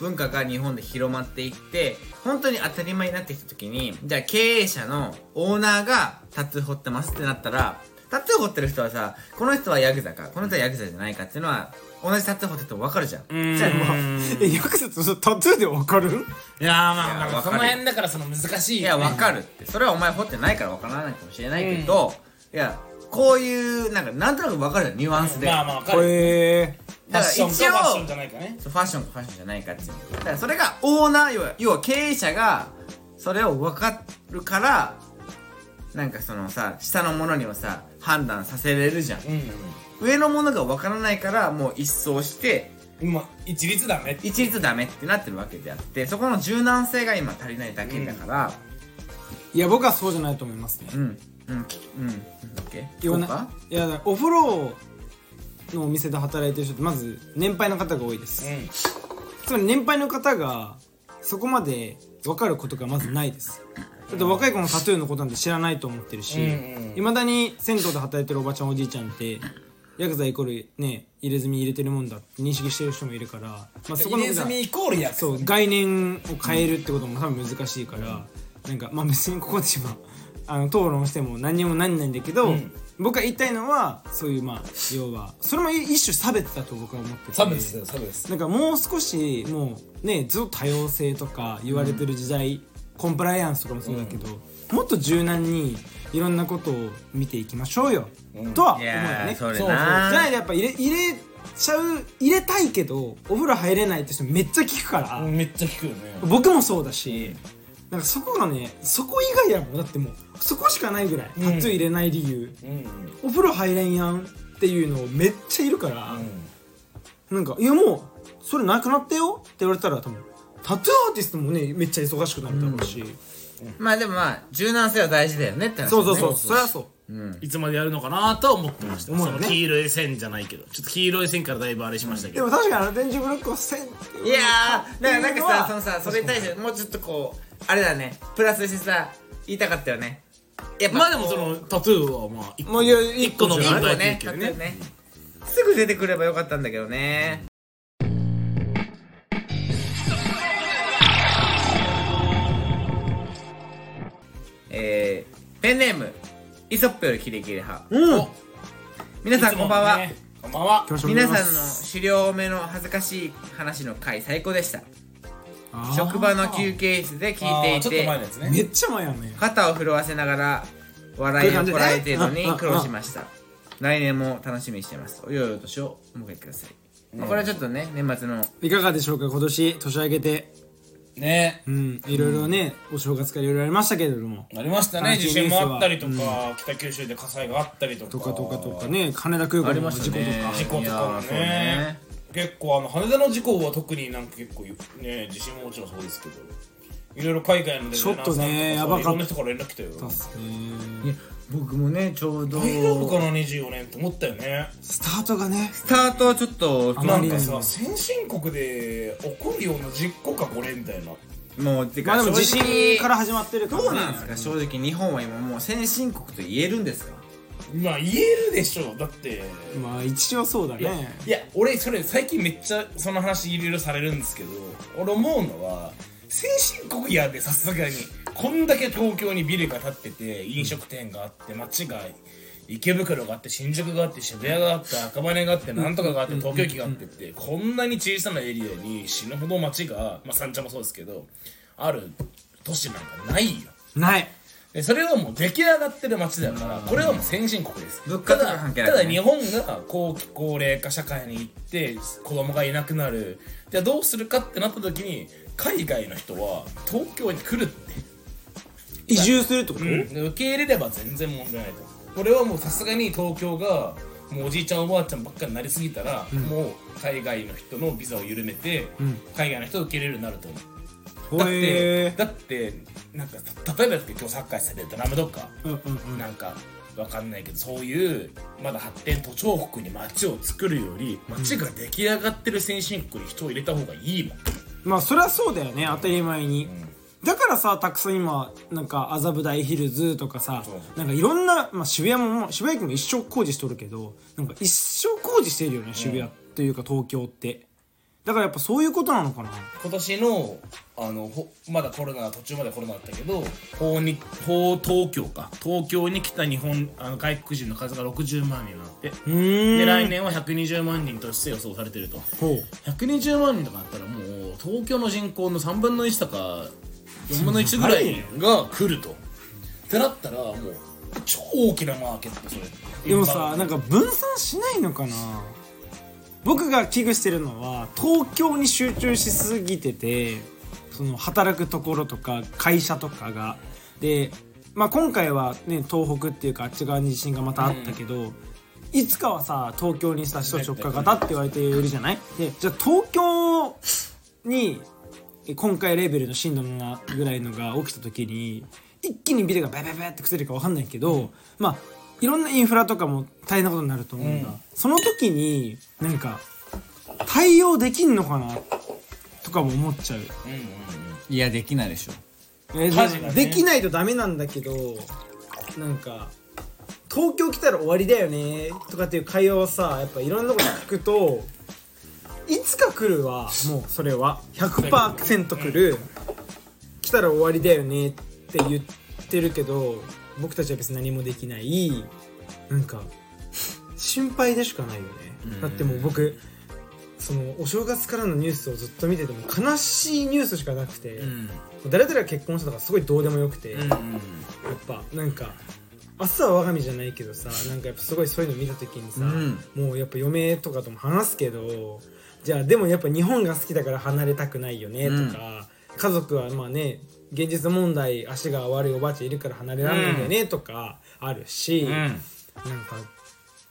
Speaker 1: 文化が日本で広まっていって本当に当たり前になってきた時にじゃあ経営者のオーナーがタトゥー彫ってますってなったらタトゥー彫ってる人はさこの人はヤクザかこの人はヤクザじゃないかっていうのは同じタトゥー彫ってても分かるじゃん
Speaker 2: う
Speaker 1: じゃあもう
Speaker 2: ーん
Speaker 3: えよくさそのタトゥーでわかる
Speaker 2: いやーまあ
Speaker 1: いや
Speaker 2: まあ
Speaker 1: わ
Speaker 4: そ
Speaker 1: か
Speaker 4: の
Speaker 1: るよ
Speaker 4: 辺だからその難しい
Speaker 1: いや分かるってそれはお前掘ってないから分からないかもしれないけど、いやこういうなんかなんとなく分かるじゃんニュアンスで、
Speaker 4: まあまあわかる
Speaker 3: へえ
Speaker 4: ファッションか
Speaker 1: だから一応
Speaker 4: ファッションじゃないかね
Speaker 1: そうファッションかファッションじゃないかっていうだからそれがオーナー要は要は経営者がそれを分かるからなんかそのさ下のものにもさ判断させれるじゃん
Speaker 4: う
Speaker 1: 上のものが分からないからもう一掃して
Speaker 4: んまあ一律だね
Speaker 1: 一律ダメってなってるわけであってそこの柔軟性が今足りないだけだから
Speaker 3: いや僕はそうじゃないと思いますね
Speaker 1: うんうんきうんオッケー
Speaker 3: 言わ
Speaker 1: そう
Speaker 3: な
Speaker 1: か
Speaker 3: いやだからお風呂のお店で働いてる人ってまず年配の方が多いです、
Speaker 4: うん
Speaker 3: つまり年配の方がそこまで分かることがまずないですだって若い子のタトゥーのことなんて知らないと思ってるし
Speaker 4: うんうん
Speaker 3: いま、未だに銭湯で働いてるおばちゃんおじいちゃんってヤクザイコールね入れ墨入れてるもんだって認識してる人もいるから、まあ、そこの
Speaker 4: 入れ墨イコールやつ
Speaker 3: そう概念を変えるってことも多分難しいから、なんかまあ別にここで今 あの討論しても何にもなんないんだけど、僕が言いたいのはそういうまあ要はそれも一種差別だと僕は思ってて
Speaker 4: 差別だよ差別
Speaker 3: なんかもう少しもうねずっと多様性とか言われてる時代、コンプライアンスとかもそうだけど、もっと柔軟にいろんなことを見ていきましょうよ、とは思
Speaker 1: いう
Speaker 3: よ
Speaker 1: やー
Speaker 3: ね。
Speaker 1: それな
Speaker 4: そうそうじ
Speaker 3: じゃないとやっぱ入れ入れちゃう入れたいけどお風呂入れないって人めっちゃ聞くから、
Speaker 4: めっちゃ聞くよね
Speaker 3: 僕もそうだし、なんかそこがねそこ以外やもんだってもうそこしかないぐらいタトゥー入れない理由、
Speaker 4: うん
Speaker 3: お風呂入れんやんっていうのめっちゃいるから、なんか「いやもうそれなくなったよ」って言われたら多分タトゥーアーティストもねめっちゃ忙しくなるだろうし、
Speaker 1: まあでもまあ柔軟性は大事だよねって話
Speaker 3: そうそうそう、
Speaker 1: ね
Speaker 3: そりゃそう
Speaker 2: いつまでやるのかなとは思ってました、
Speaker 3: 思う
Speaker 2: そ
Speaker 3: よね
Speaker 2: の黄色い線じゃないけどちょっと黄色い線からだいぶあれしましたけ
Speaker 3: で
Speaker 2: ど、
Speaker 3: も確かにあの電柱ブロックをせん
Speaker 1: いやーだからなんかさそのさそれに対してもうちょっとこうあれだねプラスしてさ言いたかったよねやっぱ
Speaker 2: まあでもそのタトゥーはまあ一個
Speaker 3: もういや一
Speaker 2: 個の
Speaker 1: いい
Speaker 2: 問
Speaker 1: 子
Speaker 2: 題
Speaker 1: ね
Speaker 2: 提起
Speaker 1: だったよねすぐ出てくればよかったんだけどねえー、ペンネームイソップよりキレキレ派
Speaker 3: うん
Speaker 1: 皆さんこんばんは、
Speaker 4: こんばんは
Speaker 1: 皆さんの狩猟目の恥ずかしい話の回最高でした
Speaker 3: あー
Speaker 1: 職場の休憩室で聞い
Speaker 4: あー
Speaker 1: て
Speaker 4: ちょ
Speaker 1: い
Speaker 4: っと前の
Speaker 1: て
Speaker 4: やつね
Speaker 3: めっちゃ前やね
Speaker 1: 肩を震わせながら笑いをこらえてるのに苦労しました来年も楽しみにしてますおよいお年をお迎えください、まあ、これはちょっとね年末の
Speaker 3: いかがでしょうか今年年明けて
Speaker 4: ね
Speaker 3: うんいろいろね、お正月からいろいろありましたけれども
Speaker 4: なりましたね
Speaker 3: 関係
Speaker 4: 地
Speaker 3: ニュースは
Speaker 4: 震もあったりとか北九州で火災があったりとか
Speaker 3: とかとかとかね羽田空
Speaker 1: あ
Speaker 3: 港
Speaker 1: り
Speaker 3: の
Speaker 1: まし
Speaker 3: 事
Speaker 1: た
Speaker 3: 故と
Speaker 1: ね
Speaker 3: か
Speaker 4: 事故とかも
Speaker 1: いやーそうね
Speaker 4: ね結構あの羽田の事故は特になんか結構ね地震ももちろんそうですけどいろいろ海外のデザイナーさんとかさ
Speaker 3: ちょっとねやばかった
Speaker 4: いろんな人から連絡来たよ
Speaker 3: そうっすね
Speaker 1: いや僕もねちょうど
Speaker 4: 大丈夫かな24年と思ったよね
Speaker 3: スタートがね
Speaker 1: スタートはちょっと
Speaker 3: あ
Speaker 4: な
Speaker 3: ま
Speaker 4: ん
Speaker 3: り
Speaker 4: か
Speaker 3: に
Speaker 4: さ
Speaker 3: も
Speaker 4: 先進国で起こるような実行かこれみたいな
Speaker 1: もうて
Speaker 3: ま
Speaker 1: か
Speaker 3: あでも地
Speaker 1: 正
Speaker 3: 震
Speaker 1: 直
Speaker 3: から始まってるから、ね、
Speaker 1: どうなんですか正直日本は今もう先進国と言えるんですか
Speaker 4: まあ言えるでしょうだって
Speaker 3: まあ一応そうだ
Speaker 4: いや
Speaker 3: ね
Speaker 4: いや俺それ最近めっちゃその話いろいろされるんですけど俺思うのは
Speaker 2: 先進国やでさすがにこんだけ東京にビルが建ってて飲食店があって街が池袋があって新宿があって渋谷があって赤羽があってなんとかがあって東京駅があってってこんなに小さなエリアに死ぬほど街がまあ三茶もそうですけどある都市なんかないよ
Speaker 3: ない
Speaker 2: でそれはもう出来上がってる街だからこれはもう先進国です
Speaker 1: 物価とか関係ない
Speaker 2: ただただ日本が後期高齢化社会に行って子供がいなくなるじゃあどうするかってなった時に海外の人は東京に来るって
Speaker 3: 移住するってこと、
Speaker 2: で受け入れれば全然問題ないとこれはもうさすがに東京がもうおじいちゃんおばあちゃんばっかりになりすぎたら、もう海外の人のビザを緩めて、海外の人を受け入れるようになると思うだって
Speaker 3: へ
Speaker 2: だってなんか例えばだけど今日サッカーしててドラムとか、
Speaker 3: うんうんうん
Speaker 2: なんかわかんないけどそういうまだ発展途上国に街を作るより街が出来上がってる先進国に人を入れた方がいいもん、
Speaker 3: まあそれはそうだよね当たり前に、だからさたくさん今なんか麻布台ヒルズとかさなんかいろんな、まあ、渋谷ももう渋谷駅も一生工事しとるけどなんか一生工事してるよね渋谷というか東京ってだからやっぱそういうことなのかな
Speaker 2: 今年のあのほまだコロナ途中までコロナだったけど法に法東京か東京に来た日本あの外国人の数が60万人になって
Speaker 3: ー
Speaker 2: で来年は120万人として予想されてると
Speaker 3: ほう
Speaker 2: 120万人とかあったらもう東京の人口の3分の1とか4分の1ぐらいが来るとってなったらもう超大きなマーケットそれ
Speaker 3: でもさなんか分散しないのかな僕が危惧してるのは東京に集中しすぎててその働くところとか会社とかがで、まあ、今回は、ね、東北っていうかあっち側に地震がまたあったけど、いつかはさ東京にさ首都直下型って言われているじゃないでじゃあ東京にえ今回レベルの震度7ぐらいのが起きた時に一気にビルがバババって崩れるか分かんないけど、まあいろんなインフラとかも大変なことになると思うんだ、その時になんか対応できんのかなとかも思っちゃう、
Speaker 1: いやできないでしょ
Speaker 3: え
Speaker 2: 火事がね
Speaker 3: できないとダメなんだけどなんか東京来たら終わりだよねとかっていう会話をさやっぱいろんなこと聞くといつか来るはもうそれは100%来る来たら終わりだよねって言ってるけど僕たちは別に何もできないなんか心配でしかないよねだってもう僕そのお正月からのニュースをずっと見てても悲しいニュースしかなくて、誰々が結婚したとかすごいどうでもよくて、やっぱなんか明日は我が身じゃないけどさなんかやっぱすごいそういうの見た時にさ、もうやっぱ嫁とかとも話すけどじゃあでもやっぱ日本が好きだから離れたくないよねとか、家族はまあね現実問題足が悪いおばあちゃんいるから離れられないんだよねとかあるし、なんか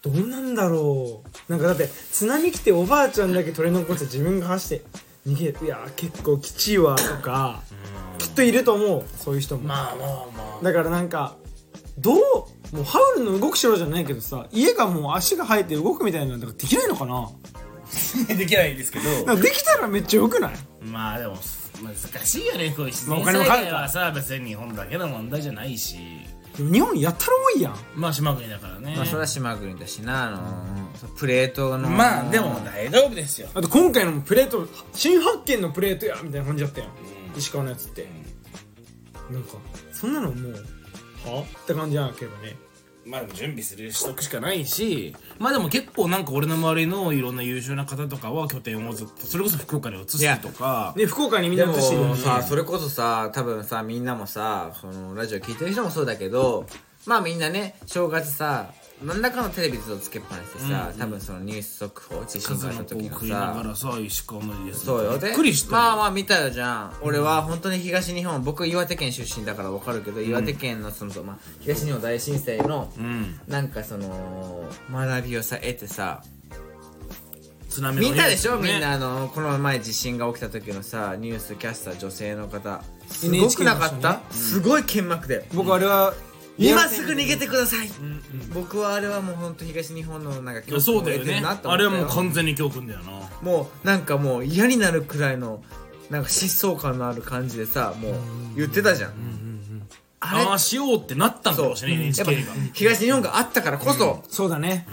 Speaker 3: どうなんだろうなんかだって津波来ておばあちゃんだけ取り残して自分が走って逃げるいやー結構きちいわとかきっといると思うそういう人も、
Speaker 2: まあまあまあ
Speaker 3: だからなんかどうもうハウルの動く城じゃないけどさ家がもう足が生えて動くみたいなんだからできないのかな
Speaker 2: できないんですけど
Speaker 3: なんかできたらめっちゃよくない
Speaker 2: まあでも難しいよねこういう自
Speaker 3: まあお
Speaker 2: 然災
Speaker 3: 金もかかる
Speaker 2: 害はさ別に日本だけの問題じゃないし
Speaker 3: でも日本やったら多いやん
Speaker 2: まあ島国だからね
Speaker 1: まあそれは島国だしなあのープレートの
Speaker 2: まあでも大丈夫ですよ
Speaker 3: あと今回のプレート新発見のプレートやみたいな感じだったやん、石川のやつって、なんかそんなのもうはって感じじゃなければね
Speaker 2: まあでも準備するしとくしかないしまあでも結構なんか俺の周りのいろんな優秀な方とかは拠点をずっとそれこそ福岡に移すとか
Speaker 3: ね福岡にみんな
Speaker 1: で
Speaker 3: 移
Speaker 1: も
Speaker 3: してるよね
Speaker 1: さそれこそさ多分さみんなもさそのラジオ聞いてる人もそうだけどまあみんなね正月さ何らかのテレビずっとつけっぱなしでさ、多分そのニュース速報地震
Speaker 2: 数
Speaker 1: があ
Speaker 2: の
Speaker 1: った
Speaker 2: 子を
Speaker 1: 時の
Speaker 2: 食いなが
Speaker 1: さ
Speaker 2: らさ石川の家です
Speaker 1: そうよ
Speaker 2: び
Speaker 1: で
Speaker 2: っくりしたよ
Speaker 1: まあまあ見たよじゃん俺は本当に東日本僕岩手県出身だから分かるけど、岩手県のその、まあ、東日本大震災の、
Speaker 2: うん
Speaker 1: なんかその学びをさ得てさ
Speaker 2: 津波の
Speaker 1: 見
Speaker 2: 家
Speaker 1: たでしょ、
Speaker 2: ね
Speaker 1: みんなあのこの前地震が起きた時のさニュースキャスター女性の方すごく
Speaker 3: NHK
Speaker 1: なかっ
Speaker 3: の人
Speaker 1: た、
Speaker 3: ね
Speaker 1: すごい剣幕で
Speaker 3: 僕あれは
Speaker 1: 今すぐ逃げてください、僕はあれはもうほんと東日本のなんか
Speaker 2: いやそうだよ
Speaker 1: 教訓を得て
Speaker 2: ね
Speaker 1: るなと思
Speaker 2: あ
Speaker 1: った
Speaker 2: れはもう完全に教訓だよな
Speaker 1: もうなんかもう嫌になるくらいのなんか疾走感のある感じでさもう言ってたじゃん,、あれ
Speaker 2: ああしようってなったんか
Speaker 1: そう
Speaker 2: もしれない
Speaker 1: やっ
Speaker 2: NHK が
Speaker 1: ぱ東日本があったからこそ、
Speaker 3: そうだね、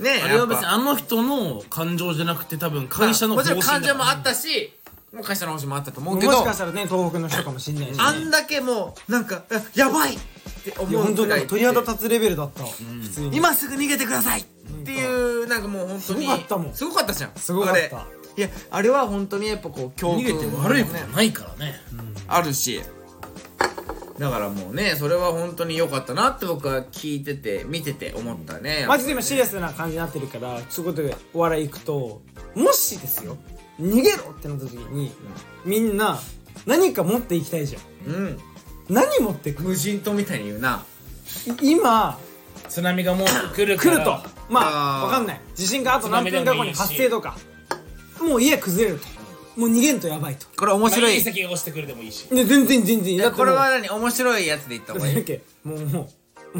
Speaker 1: ね
Speaker 2: あれは別
Speaker 1: やっ
Speaker 2: に
Speaker 1: ぱ
Speaker 2: あの人の感情じゃなくて多分会社の
Speaker 1: まあ
Speaker 2: 方
Speaker 1: もちろん
Speaker 2: 針
Speaker 1: 感情
Speaker 2: だ
Speaker 1: もあったしもしかしたら星もあったと思う
Speaker 3: も
Speaker 1: け
Speaker 3: し
Speaker 1: ど
Speaker 3: かしたらね東北の人かもしんないし、
Speaker 1: あんだけもうなんかあやばいって
Speaker 3: いや
Speaker 1: 思う
Speaker 3: 本当
Speaker 1: ぐらい
Speaker 3: に鳥肌立つレベルだった、普通に
Speaker 1: 今すぐ逃げてくださいっていうなんかもう本当に
Speaker 3: すごかったもん
Speaker 1: すごかったじゃん
Speaker 3: すごかった
Speaker 1: あれいやあれは本当にやっぱこう教訓
Speaker 2: 逃げて悪いことないからね
Speaker 1: あるしだからもうねそれは本当に良かったなって僕は聞いてて見てて思ったね
Speaker 3: マジで今シリアスな感じになってるからそういうことでお笑い行くともしですよ逃げろってなった時に、みんな何か持っていきたいじゃん
Speaker 1: うん
Speaker 3: 何持ってく
Speaker 1: 無人島みたいに言うな
Speaker 3: 今
Speaker 4: 津波がもう来るか
Speaker 3: 来
Speaker 4: ら
Speaker 3: るとま
Speaker 1: あ
Speaker 3: あ
Speaker 1: ー
Speaker 3: わかんない地震があと何分か後に発生とかもう家崩れるともう逃げんとやばいと
Speaker 1: これ面白い
Speaker 4: 隕石が落ちてくるでもいいし
Speaker 3: で全然全然だっても
Speaker 1: こ
Speaker 3: う
Speaker 1: れは何面白いやつで言った方がい
Speaker 3: だっ
Speaker 1: い
Speaker 3: けもうもうも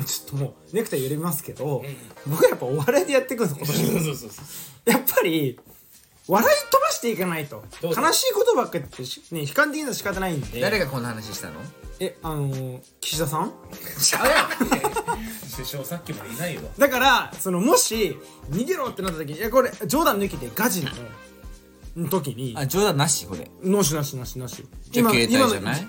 Speaker 3: うちょっともうネクタイ揺れますけど、僕はやっぱお笑いでやっていくんです今年
Speaker 4: そうそうそうそう
Speaker 3: やっぱり笑い飛ばしていかないと
Speaker 4: ど
Speaker 3: 悲
Speaker 4: うぞ
Speaker 3: しいことばっかりってしね悲観的には仕方ないんで
Speaker 1: 誰がこんな話した の
Speaker 3: えあのー岸田さん
Speaker 1: ちゃうやん
Speaker 4: 首相さっきまでいないよ
Speaker 3: だからそのもし逃げろってなった時にいやこれ冗談抜きでガチの時に
Speaker 1: あ冗談なしこれ
Speaker 3: ノーシなしなしなし
Speaker 1: じゃあ携帯じゃ
Speaker 3: 今の
Speaker 1: ない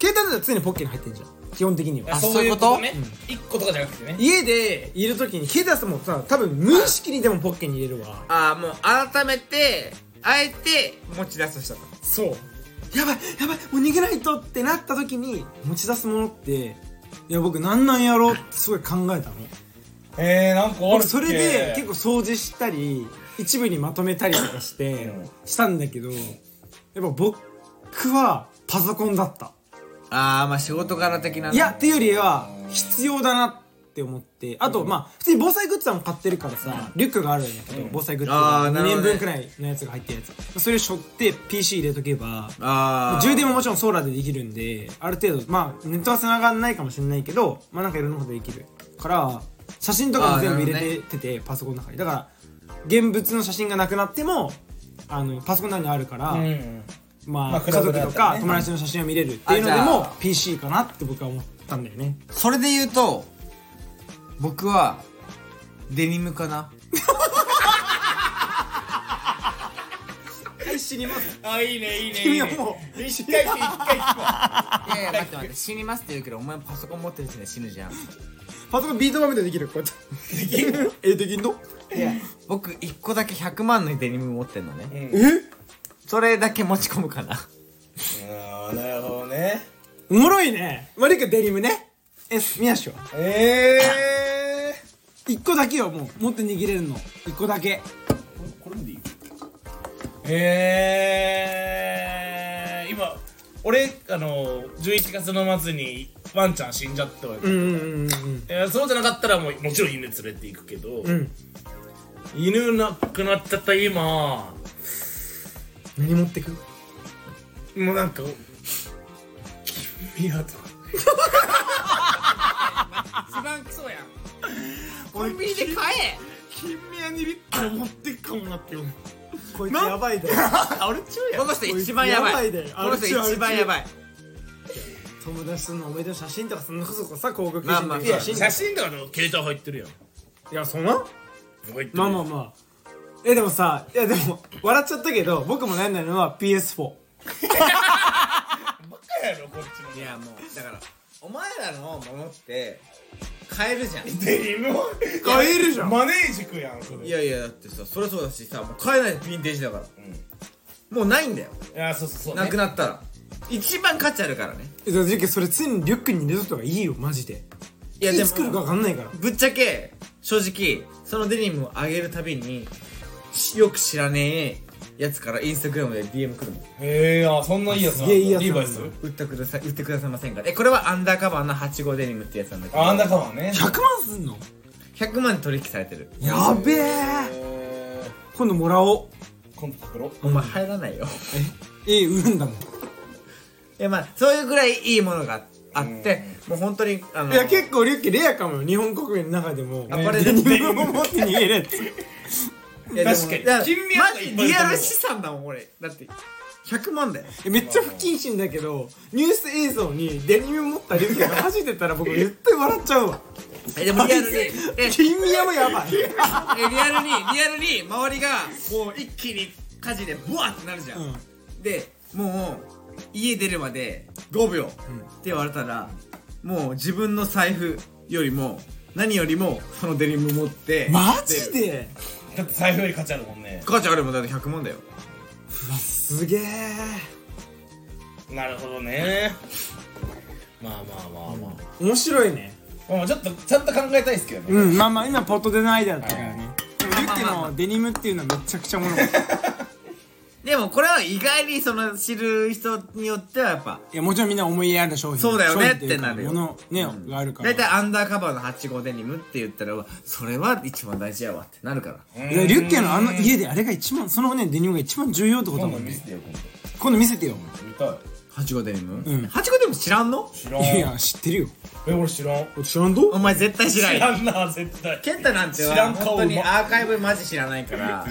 Speaker 3: 携帯だったら常にポッケに入ってんじゃん基本的には
Speaker 1: あそういうこと
Speaker 4: ね一個とかじゃなくてね
Speaker 3: 家でいる時に携帯さもさ多分無意識にでもポッケに入れるわ
Speaker 1: あもう改めてあえて持ち出すしたと
Speaker 3: そうやばいやばいもう逃げないとってなった時に持ち出すものっていや僕なんなんやろうってすごい考えたの
Speaker 4: えー、なんかあるっ
Speaker 3: 僕
Speaker 4: け
Speaker 3: それで結構掃除したり一部にまとめたりとかしてしたんだけどやっぱ僕はパソコンだった
Speaker 1: ああまあ仕事柄的ない
Speaker 3: やっていうよりは必要だなって思ってあとまあ普通に防災グッズも買ってるからさリュックがあるんだけど防災グッズ
Speaker 1: あーな
Speaker 3: が
Speaker 1: る
Speaker 3: 2
Speaker 1: ほど
Speaker 3: 年
Speaker 1: ね
Speaker 3: 分くらいのやつが入ってるやつそれを背負って PC 入れとけば
Speaker 1: ああ
Speaker 3: 充電ももちろんソーラーでできるんである程度まあネットは繋がんないかもしれないけどまあなんかいろんなことできるから写真とかも全部入れ
Speaker 1: あーな
Speaker 3: ててて、パソコンの中にだから現物の写真がなくなってもあのパソコンの中にあるから、
Speaker 4: うん
Speaker 3: まあ、
Speaker 4: まあ
Speaker 3: 家
Speaker 4: クラウ
Speaker 3: 族
Speaker 4: ドだ
Speaker 3: と
Speaker 4: ったら
Speaker 3: か、
Speaker 4: ね
Speaker 3: 友達の写真を見れるっていうので
Speaker 1: あじゃ
Speaker 3: も
Speaker 1: あ
Speaker 3: PC かなって僕は思ったんだよね
Speaker 1: それで言うと僕はデニムかな
Speaker 3: 死にます
Speaker 4: あいいねいいねい
Speaker 3: 君
Speaker 4: い
Speaker 3: は
Speaker 4: ね
Speaker 3: もう
Speaker 4: 一回一回聞くわ
Speaker 1: いやいや待って待って死にますって言うけどお前パソコン持ってる時点で死ぬじゃん
Speaker 3: パソコンビート板みたいにできるこうやってできるえできんの
Speaker 1: 僕一個だけ100万のデニム持ってんのね
Speaker 3: え
Speaker 1: それだけ持ち込むかな
Speaker 4: あーなるほどね
Speaker 3: おもろいねまあリクデニムねえ宮下は
Speaker 4: ええ
Speaker 3: 一個だけよもう持って握れるの一個だけ
Speaker 4: ー、これでいいえー、今俺あの11月の末にワンちゃん死んじゃったわけ、
Speaker 3: うんうんうんうん
Speaker 4: えーそうじゃなかったらもうもちろん犬連れていくけど、
Speaker 3: ん
Speaker 4: 犬なくなっちゃった今
Speaker 3: 何持ってく
Speaker 4: もうなんか君はとか
Speaker 1: 一番クソやんコンビニで買え
Speaker 4: 金宮にリッター持ってくかもなって思う
Speaker 3: こいつやばいだよ
Speaker 4: あれ中や
Speaker 1: この人一番やばい
Speaker 3: こいつやばいで
Speaker 1: この人一番やばい
Speaker 3: 友達との思い出の写真とかそんなこそこさ広告記
Speaker 1: まあ
Speaker 3: 事
Speaker 1: まあ
Speaker 3: の写真とか
Speaker 4: 写真とかの携帯入ってるやん
Speaker 3: いやそんな
Speaker 4: 入ってる
Speaker 3: まあまあまあえでもさいやでも笑っちゃったけど僕も悩んだのは PS4
Speaker 4: バカやろこっち
Speaker 1: い
Speaker 4: の
Speaker 1: やもうだからお前らのものって買えるじゃんい
Speaker 4: デニムを
Speaker 3: 買えるじゃん
Speaker 4: マネージクやんそれいや
Speaker 1: やいやだってさそりゃそうだしさもう買えないヴィンテージだから、もうないんだよ
Speaker 4: そうそうそう、
Speaker 1: なくなったら一番価値あるからね
Speaker 3: えじゃあジュンケそれついにリュックに入れとった方がいいよマジで
Speaker 1: い
Speaker 3: いつ来るか分かんないから
Speaker 1: ぶっちゃけ正直そのデニムを上げるたびにしよく知らねえやつからインスタグラムで DM 来るもん
Speaker 4: へえあそんないいやつなんだ
Speaker 3: すげえいいやつなん
Speaker 4: リ
Speaker 3: だ
Speaker 4: バイス
Speaker 1: 売ってください売ってくださいませんかえこれはアンダーカバーの85デニムってやつなんだけど
Speaker 4: あんだかもね
Speaker 3: 100万すんの
Speaker 1: 100万で取引されてる
Speaker 3: やべえ
Speaker 4: え
Speaker 3: 今度もらお
Speaker 4: ー、
Speaker 3: う
Speaker 4: 今度パクろ
Speaker 1: お前入らないよ
Speaker 3: え売るんだもん
Speaker 1: いやまあそういうぐらいいいものがあってもう本当にあの
Speaker 3: いや結構リュックレアかもよ日本国民の中でも
Speaker 1: あこれ
Speaker 3: デニムを持って逃げれって
Speaker 1: いやでも
Speaker 4: 確かに
Speaker 1: だら
Speaker 4: 金宮
Speaker 1: マ
Speaker 4: とかいっぱい
Speaker 1: ジ
Speaker 4: あると思う
Speaker 1: リアル資産だもん俺だって100万だよ
Speaker 3: えめっちゃ不謹慎だけどニュース映像にデニム持ったリュックが走ってたら僕絶対笑っちゃうわ
Speaker 1: えでもリアルにえ
Speaker 3: 金宮もやばい
Speaker 1: えリアルにリアルに周りがこう一気に火事でブワーってなるじゃん、
Speaker 3: うん
Speaker 1: でもう家出るまで5秒って言われたら、もう自分の財布よりも何よりもそのデニム持って
Speaker 3: マジで
Speaker 2: だって財布より価値あるもんね
Speaker 1: 母ちゃんあれもだって100万だよ
Speaker 3: すげえ
Speaker 2: なるほどねまあまあまあま
Speaker 3: 面白いね
Speaker 2: あ、まあ、ちょっとちゃんと考えたいですけどね、
Speaker 3: うんまあまあ今ポットでのアイデアだったからねでもユッケのデニムっていうのはめちゃくちゃお もろかったい
Speaker 1: でもこれは意外にその知る人によってはやっぱ
Speaker 3: やもちろんみんな思い入れある商品
Speaker 1: そうだよね
Speaker 3: 商品いうか
Speaker 1: ってなるよ
Speaker 3: ものねがあるから
Speaker 1: 大体アンダーカバーの8号デニムって言ったらうわそれは一番大事やわってなるから
Speaker 3: いやリュッケのあの家であれが一番そのねデニムが一番重要ってことだもんね
Speaker 2: てよ今
Speaker 3: 今度見せてよ
Speaker 2: 度見たい
Speaker 1: 8号デニム、
Speaker 3: ん
Speaker 1: 8号デニム知らんの
Speaker 2: 知らん
Speaker 3: いやいや知ってるよ
Speaker 2: え俺知らん
Speaker 3: 知らんど
Speaker 1: お前絶対知らん
Speaker 2: 知
Speaker 1: よ
Speaker 2: らんな絶対
Speaker 1: ケンタなんて
Speaker 2: 知ら
Speaker 1: は
Speaker 2: ん顔
Speaker 1: 本当に
Speaker 2: うま
Speaker 1: アーカイブマジ知らないから、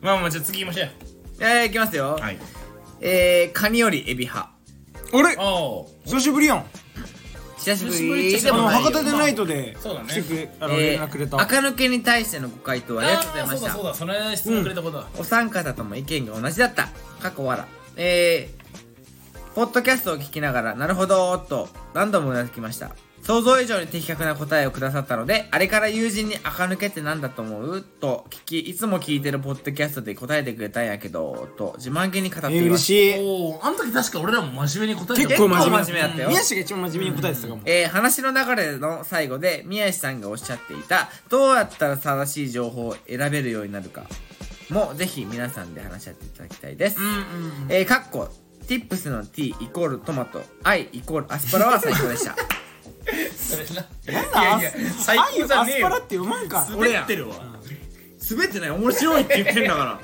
Speaker 2: まあまあじゃあ次行きましょうよ
Speaker 1: えー、いきますよ、
Speaker 2: はい
Speaker 1: えー、カニよりエビ派
Speaker 3: あれ
Speaker 2: おう
Speaker 3: 久しぶりやん
Speaker 1: 久しぶ
Speaker 2: 久しぶりっ
Speaker 1: り
Speaker 2: ちゃ
Speaker 1: でも
Speaker 3: あの
Speaker 1: ないよ
Speaker 3: 博多でナイトで
Speaker 2: そうだね
Speaker 3: 来てくれあの
Speaker 1: え
Speaker 3: 連絡くれ
Speaker 1: ー、
Speaker 3: た
Speaker 1: 垢抜けに対してのご回答ありがとうございまし
Speaker 2: あー
Speaker 1: た
Speaker 2: そうだそうだその質問くれたことだ、
Speaker 1: お三方とも意見が同じだった過去笑えー、ポッドキャストを聞きながらなるほどーと何度もうなずきました想像以上に的確な答えをくださったのであれから友人に「垢抜けって何だと思う?」と聞きいつも聞いてるポッドキャストで答えてくれたんやけどと自慢げに語っ
Speaker 3: え
Speaker 1: て
Speaker 3: ー
Speaker 1: いま
Speaker 3: 嬉
Speaker 1: す
Speaker 3: しい
Speaker 5: おおあの時確か俺らも真面目に答えて
Speaker 3: 結構真面目
Speaker 1: 結構真面目だったよ
Speaker 3: 宮下が一番真面目に答えてたかも
Speaker 1: えー話の流れの最後で宮石さんがおっしゃっていたどうやったら正しい情報を選べるようになるかもぜひ皆さんで話し合っていただきたいです、えーかっこ tips の t イコールトマト i イコールアスパラは最高でした
Speaker 2: それな
Speaker 3: あ
Speaker 2: いやいや
Speaker 3: ア
Speaker 2: 最高じゃ
Speaker 3: ア
Speaker 2: ね
Speaker 3: ス
Speaker 2: え
Speaker 3: パラ
Speaker 2: よ
Speaker 3: ってうまいか
Speaker 1: 俺
Speaker 2: 滑
Speaker 1: や
Speaker 2: ってるわ
Speaker 1: 滑ってない面白いって言ってんだ から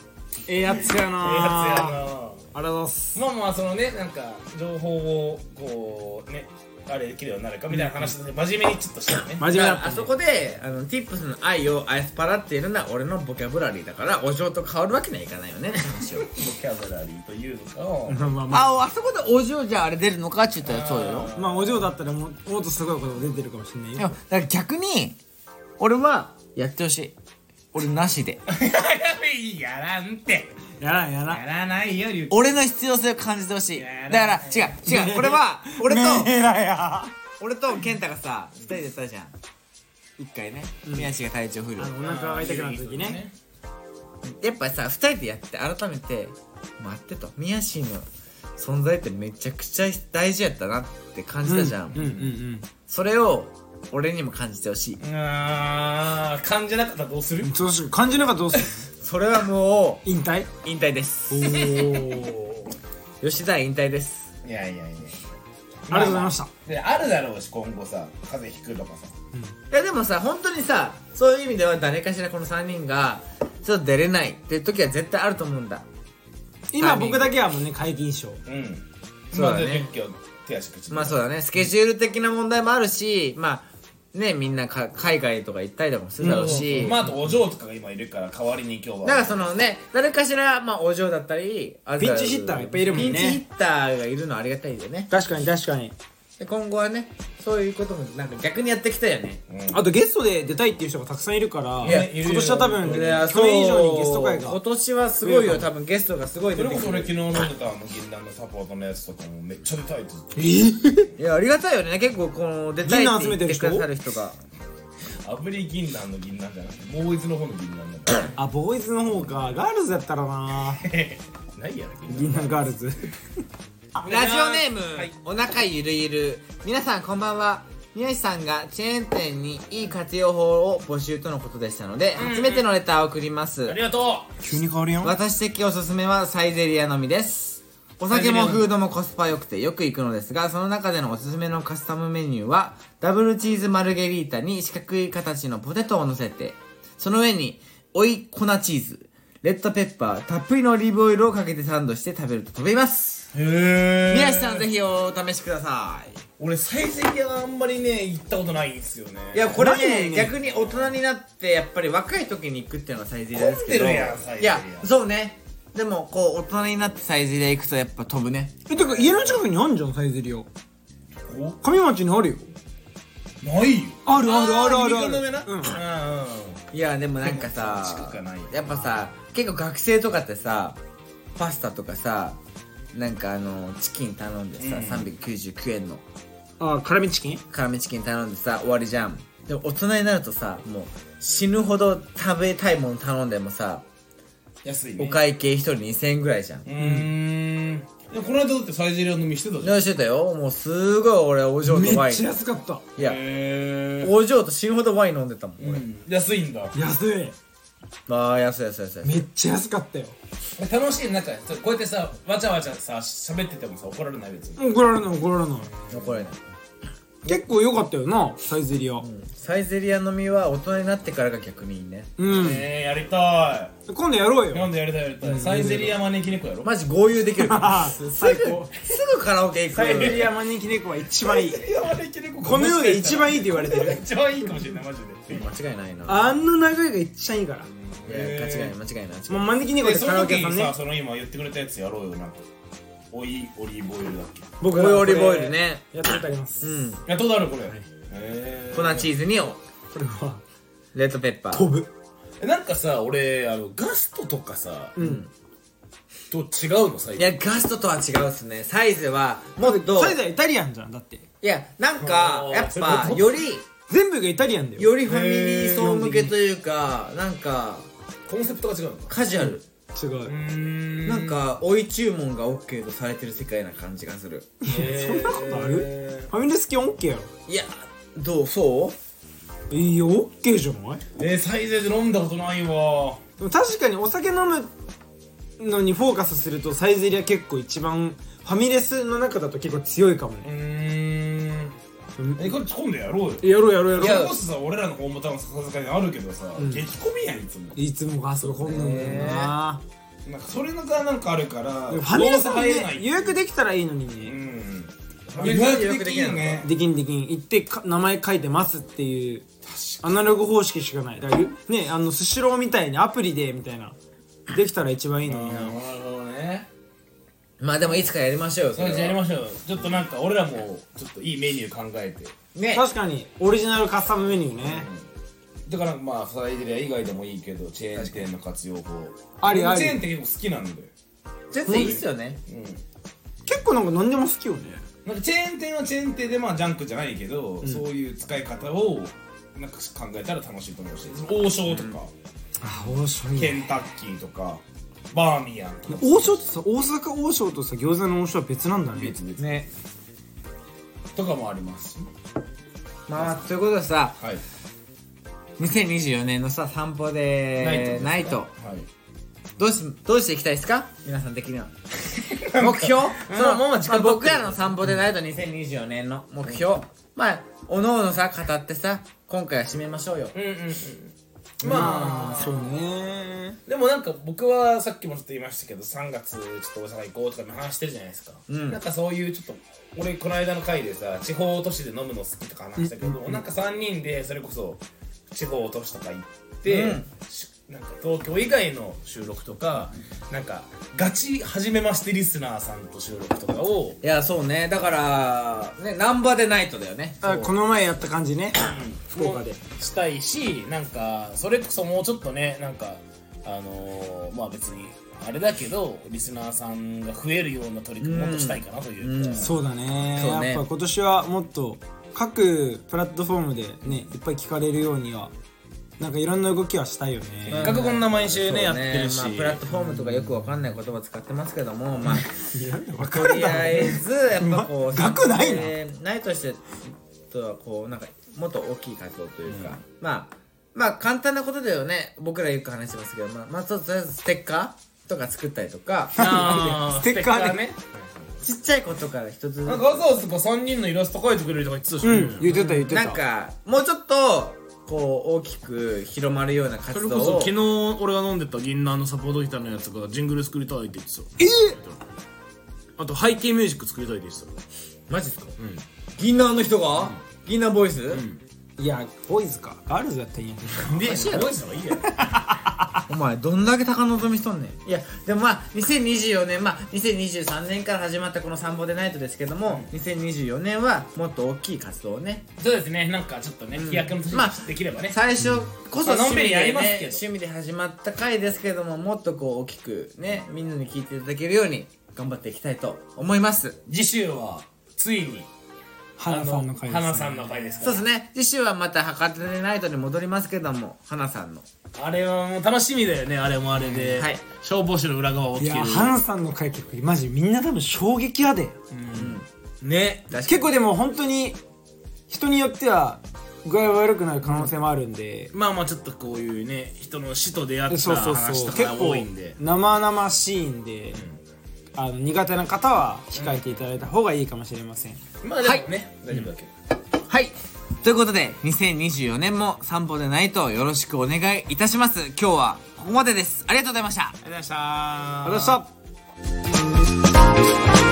Speaker 3: ええやつや
Speaker 2: ええやつや
Speaker 3: な
Speaker 2: な
Speaker 3: ありがとうございます
Speaker 2: まあまあそのねなんか情報をこうねあれできるようになるかみたいな話で真面目にちょっとしたよね
Speaker 3: 真面目だった
Speaker 1: あ
Speaker 3: ね
Speaker 1: そこであの tips の i をアスパラっていうのは俺のボキャブラリーだからお嬢と変わるわけにはいかないよねって話を
Speaker 2: ボキャブラリーというのかを
Speaker 3: まあまあまあ
Speaker 1: ああそこでお嬢じゃああれ出るのかって言ったらそうだよ
Speaker 3: まあお嬢だったらもうもっとすごいことが出てるかもしれない
Speaker 1: いや
Speaker 3: よ
Speaker 1: だから逆に俺はやってほしい俺なしで
Speaker 2: やらんって
Speaker 3: やらん やらん
Speaker 2: やらないより
Speaker 1: 俺の必要性を感じてほしい
Speaker 2: や
Speaker 1: だから違う違うこれは俺と
Speaker 3: メーラや
Speaker 1: 俺と健太がさ2人でやったじゃん一回ね宮地が体調不良
Speaker 3: あのお腹が痛くなった時ね
Speaker 1: やっぱさ2人でやって改めて待ってと宮地の存在ってめちゃくちゃ大事やったなって感じたじゃん、
Speaker 3: うんうんうん
Speaker 1: それを俺にも感じてほしい
Speaker 2: あー感じなかったらどうする
Speaker 3: そうし感じなかったらどうす
Speaker 1: それはも
Speaker 3: る引退
Speaker 1: う引退です
Speaker 3: おお
Speaker 1: 吉田引退です
Speaker 2: いやいやいや
Speaker 3: ありがとうございました
Speaker 2: であるだろうし今後さ風邪ひくとかさ
Speaker 1: いやでもさ本当にさそういう意味では誰かしらこの3人がちょっと出れないっていう時は絶対あると思うんだ
Speaker 3: 今僕だけはもうね皆勤賞
Speaker 2: うん
Speaker 1: そうだね
Speaker 2: まあで結局手足口
Speaker 1: まあそうだねスケジュール的な問題もあるしまあねみんなか海外とか行ったりとかもするだろうし、
Speaker 2: まああとお嬢とかが今いるから代わりに今日は
Speaker 1: だからそのね誰かしらまあお嬢だったりあとは
Speaker 3: ピンチヒッターがいっぱいいるもんね
Speaker 1: ピンチヒッターがいるのはありがたいよね
Speaker 3: 確かに確かに
Speaker 1: で今後はねそういうこともなんか逆にやっていきたいよね
Speaker 3: あとゲストで出たいっていう人がたくさんいるから
Speaker 2: やいるよ
Speaker 3: 今年は多分去
Speaker 1: い
Speaker 3: 年
Speaker 1: や
Speaker 3: 以上にゲスト会
Speaker 1: 今
Speaker 3: が
Speaker 1: 年はすごいよ多分ゲストがすごい
Speaker 2: そ
Speaker 1: 出
Speaker 2: れ
Speaker 1: て
Speaker 2: こ
Speaker 1: く
Speaker 2: そ俺
Speaker 1: る
Speaker 2: 昨日飲んでたあの銀杏のサポートのやつとかもめっちゃ出たいって
Speaker 1: いやありがたいよね結構この出たいって言ってくださる人が
Speaker 2: 炙り銀杏の銀杏じゃなくてボーイズの方の銀杏だか
Speaker 3: あボーイズの方かガールズやったらな
Speaker 2: らないやろ銀
Speaker 3: 銀杏ガールズ
Speaker 1: ラジオネーム、おなかゆるゆる皆さんこんばんは宮治さんがチェーン店にいい活用法を募集とのことでしたので、初めてのレターを送ります、
Speaker 2: ありがと
Speaker 3: 急に変わるやん
Speaker 1: 私的おすすめはサイゼリアのみですお酒もフードもコスパ良くてよく行くのですがその中でのおすすめのカスタムメニューはダブルチーズマルゲリータに四角い形のポテトを乗せてその上に追い粉チーズレッドペッパーたっぷりのオリーブオイルをかけてサンドして食べると飛びます
Speaker 2: うへ
Speaker 1: 宮下さんぜひお試しください
Speaker 2: 俺最善屋はあんまりね行ったことないんですよね
Speaker 1: いやこれ
Speaker 3: ないも
Speaker 1: ね
Speaker 3: んね
Speaker 1: 逆に大人になってやっぱり若い時に行くっていうのがサイゼリアですけど
Speaker 2: 混んでるやんサイゼリア
Speaker 1: いやそうねでもこう大人になってサイゼリア行くとやっぱ飛ぶね
Speaker 3: えてか家の近くにあんじゃんサイゼリア
Speaker 2: お
Speaker 3: 上町にあるよ
Speaker 2: ないよ
Speaker 3: あるあるあるあるあ
Speaker 2: あー右手の上
Speaker 3: る
Speaker 2: な
Speaker 3: うん
Speaker 2: あ
Speaker 1: いやでもなんかさ
Speaker 2: でも近くはないよな
Speaker 1: やっぱさ結構学生とかってさパスタとかさなんかあのチキン頼んでさ、399円の
Speaker 3: あ辛味チキン
Speaker 1: 辛味チキン頼んでさ終わりじゃんでも大人になるとさもう死ぬほど食べたいもの頼んでもさ
Speaker 2: 安いね
Speaker 1: お会計1人2000円ぐらいじゃん
Speaker 2: うーんでもこの間だってサイゼリア飲みしてたじゃん
Speaker 1: どうしてたよもうすごい俺お嬢
Speaker 3: め
Speaker 1: とワ
Speaker 3: っ
Speaker 1: イ
Speaker 3: ちゃ
Speaker 1: ン
Speaker 3: 安かった
Speaker 1: いや
Speaker 2: へ
Speaker 1: お嬢と死ぬほどワイン飲んでたもん俺、
Speaker 2: ー安いんだ
Speaker 3: 安い
Speaker 1: ああ安い安い安い安い
Speaker 3: めっちゃ安かったよ
Speaker 2: 楽しいなんかそうこうやってさわちゃわちゃさ喋っててもさ怒られない別に
Speaker 3: 怒られない怒られない
Speaker 1: 残れない
Speaker 3: 結構良かったよなサイゼリア
Speaker 1: サイゼリア飲みは大人になってからが逆にいいね
Speaker 3: うん、
Speaker 2: えー、やりた
Speaker 3: 今度やろう
Speaker 2: い今
Speaker 3: よ
Speaker 2: 度やりたいやりたいサイゼリア招き猫やろ
Speaker 1: マジ豪遊できるから
Speaker 3: ああ 最高
Speaker 1: すぐカラオケ行く
Speaker 3: サイゼリア招き猫は一番いい
Speaker 2: 招き猫
Speaker 3: この世で一番いいって言われてる
Speaker 2: 一番いいかもしれないマジで
Speaker 1: 間違いないな
Speaker 3: あんな長いが一番いいから
Speaker 1: いや間違いない間違いない
Speaker 3: もう招き猫っ
Speaker 2: で
Speaker 3: て
Speaker 2: そ
Speaker 3: カ
Speaker 2: の
Speaker 3: ラオ
Speaker 2: 時
Speaker 3: ケ屋さ
Speaker 2: に
Speaker 3: ん
Speaker 2: さ
Speaker 3: ね
Speaker 2: その今言ってくれたやつやろうよなんかオイオリーブオイルだっけ
Speaker 3: 僕
Speaker 1: これオリーブオイルね
Speaker 3: やったことあります、
Speaker 1: うん
Speaker 2: やったことあるこれ、え
Speaker 1: 粉チーズに
Speaker 3: これは
Speaker 1: レッドペッパー
Speaker 3: 飛ぶ
Speaker 2: ー、なんかさ俺あのガストとかさ、
Speaker 3: ん
Speaker 2: と違うの最
Speaker 1: い
Speaker 2: 近
Speaker 1: やガストとは違うっすねサイズはもっと
Speaker 3: サイゼリアイタリアンじゃんだって
Speaker 1: いやなんかやっぱより
Speaker 3: 全部がイタリアンだよ
Speaker 1: よりファミリー層向けというかなんか
Speaker 2: コンセプトが違うのか
Speaker 1: カジュアル
Speaker 3: 違う、
Speaker 2: うーん
Speaker 1: なんか追い注文が OK とされてる世界な感じがする
Speaker 3: そんなことある、ファミレス系オッケーやろ
Speaker 1: いやどうそう
Speaker 3: いいよオッケーじゃない
Speaker 2: えー、サイゼで飲んだことないわ
Speaker 3: でも確かにお酒飲むのにフォーカスするとサイゼリア結構一番ファミレスの中だと結構強いかも
Speaker 2: う
Speaker 3: ね、
Speaker 2: ーんえこれ今度やろうよ
Speaker 3: やろうやろうやろう
Speaker 2: ロースさ俺らのホームタウン笹塚にあるけどさ、激混みやんいつも
Speaker 3: いつもがあそこ混んだんだよな、
Speaker 2: なんかそれがなんかあるから
Speaker 3: ファミレスも
Speaker 2: 入れな
Speaker 3: ね
Speaker 2: い
Speaker 3: 予約できたらいいのに
Speaker 2: う
Speaker 3: ね、
Speaker 2: ん
Speaker 1: 予約できんのね
Speaker 3: できんできん行ってか名前書いてますっていうアナログ方式しかないだからねあのスシローみたいにアプリでみたいなできたら一番いいのに
Speaker 2: な
Speaker 3: な
Speaker 2: るほどね
Speaker 1: まあでもいつかやりましょうよそ
Speaker 2: それ
Speaker 1: れ
Speaker 2: じゃあやり
Speaker 1: は
Speaker 2: ましょうちょっとなんか俺らもちょっといいメニュー考えて
Speaker 1: ね
Speaker 3: 確かにオリジナルカスタムメニューね、
Speaker 2: だからまあサイゼリア以外でもいいけどチェーン店の活用法
Speaker 3: ありあり
Speaker 2: チェーンって結構好きなんだよ
Speaker 1: 全然いいっすよね
Speaker 3: 結構なんか何でも好きよね
Speaker 2: なんかチェーン店はチェーン店でまあジャンクじゃないけど、そういう使い方をなんか考えたら楽しいと思うし王将とか、
Speaker 3: あ王将いいね
Speaker 2: ケンタッキーとかバーミヤンとか
Speaker 3: 王将ってさ大阪王将とさ餃子の王将は別なんだね
Speaker 2: 別々
Speaker 1: ね
Speaker 2: とかもありますし
Speaker 1: まあということでさ
Speaker 2: はい
Speaker 1: 2024年のさ散歩でナイト
Speaker 2: はい
Speaker 1: どうしどうしていきたいですか皆さん的に は目標そのもう時間僕らの散歩でナイト2024年の目標まあおのおのさ語ってさ今回は締めましょうよ
Speaker 2: まあ
Speaker 3: そうね
Speaker 2: でもなんか僕はさっきもちょっと言いましたけど3月ちょっと大阪行こうとかの話してるじゃないですか、なんかそういうちょっと俺この間の回でさ地方都市で飲むの好きとか話したけど、なんか3人でそれこそ地方都市とか行って、
Speaker 1: うん
Speaker 2: しなんか東京以外の収録とか、なんかガチ初めましてリスナーさんと収録とかを
Speaker 1: いやそうねだからねナンバーでナイトだよね
Speaker 3: あこの前やった感じね福岡で
Speaker 2: したいしなんかそれこそもうちょっとねなんかあのーまあ別にあれだけどリスナーさんが増えるような取り組みもっとしたいかなというか、
Speaker 3: そうだね
Speaker 1: そうね
Speaker 3: やっぱ今年はもっと各プラットフォームでねいっぱい聞かれるようにはなんかいろんな動きはしたいよ
Speaker 2: せっ
Speaker 3: ね
Speaker 2: かくこんな毎週ね
Speaker 1: そ
Speaker 2: や
Speaker 1: う
Speaker 2: っ
Speaker 1: ね
Speaker 2: てるし、
Speaker 1: まあ、プラットフォームとかよくわかんない言葉使ってますけどもまあ
Speaker 3: いや分か
Speaker 1: と
Speaker 3: る
Speaker 1: り
Speaker 3: だ
Speaker 1: あ
Speaker 3: ろう
Speaker 1: え
Speaker 3: ね
Speaker 1: ずやっぱこう
Speaker 3: うま学ないな
Speaker 1: えーないとしてとはこうなんかもっと大きい活動というか、まあまあ簡単なことだよね僕らよく話してますけどまあ、まあ、とりあえずステッカーとか作ったりとか
Speaker 2: あ
Speaker 3: ステッカーで
Speaker 2: ね
Speaker 1: ちっちゃいことから一つずつ
Speaker 2: なんかわざわざ3人のイラスト描いてくれるとか言ってたし、
Speaker 3: うん言ってた言ってた
Speaker 1: なんかもうちょっとこう大きく広まるような
Speaker 6: そ
Speaker 1: 活
Speaker 6: れ
Speaker 1: 動
Speaker 6: こそ
Speaker 1: を
Speaker 6: 昨日俺が飲んでた銀杏のサポートギターのやつがジングル作りたいって言ってた
Speaker 3: え
Speaker 6: あと背景ミュージック作りたいって言ってた
Speaker 1: マジですか、銀杏の人が、銀杏ボイス、
Speaker 3: ーいやボーイズかガールズやったんや
Speaker 2: でしごいさがいいや
Speaker 1: お前どんだけ高望みしとんねんいやでもまあ2024年まあ2023年から始まったこの「散歩でナイト」ですけども、2024年はもっと大きい活動をね
Speaker 2: そうですねなんかちょっとね飛躍の年に
Speaker 1: まあ
Speaker 2: できればね、
Speaker 1: 最初こそ
Speaker 2: まあの
Speaker 1: 趣味
Speaker 2: んび
Speaker 1: で、
Speaker 2: りや
Speaker 1: ね
Speaker 2: りますけど
Speaker 1: 趣味で始まった回ですけどももっとこう大きくねみんなに聞いていただけるように頑張っていきたいと思います
Speaker 2: 次週はついに
Speaker 3: 花さんの回です、ね、
Speaker 2: 花さんの回ですか
Speaker 1: そうですね次週はまた博多でナイトに戻りますけども花さんの
Speaker 2: あれはもう楽しみだよねあれもあれで、
Speaker 1: はい
Speaker 2: 消防士の裏側を
Speaker 3: い
Speaker 2: つけ
Speaker 3: や
Speaker 2: る
Speaker 3: 花さんの回結構マジみんな多分衝撃やで
Speaker 2: ね
Speaker 3: 結構でも本当に人によっては具合悪くなる可能性もあるんで、
Speaker 2: まあまあちょっとこういうね人の死と出会った
Speaker 3: そうそうそ
Speaker 2: 話
Speaker 3: う
Speaker 2: と
Speaker 3: 結
Speaker 2: かが
Speaker 3: 構
Speaker 2: 多いんで
Speaker 3: 生々しいんで、あの苦手な方は控えていただいた方がいいかもしれません、
Speaker 2: まあでもね、大丈夫だけど
Speaker 1: はいということで2024年も散歩でナイトをよろしくお願いいたします今日はここまでですありがとうございまし
Speaker 7: りが
Speaker 1: た
Speaker 7: とうございました
Speaker 3: ありがとうございまし
Speaker 1: 「
Speaker 3: た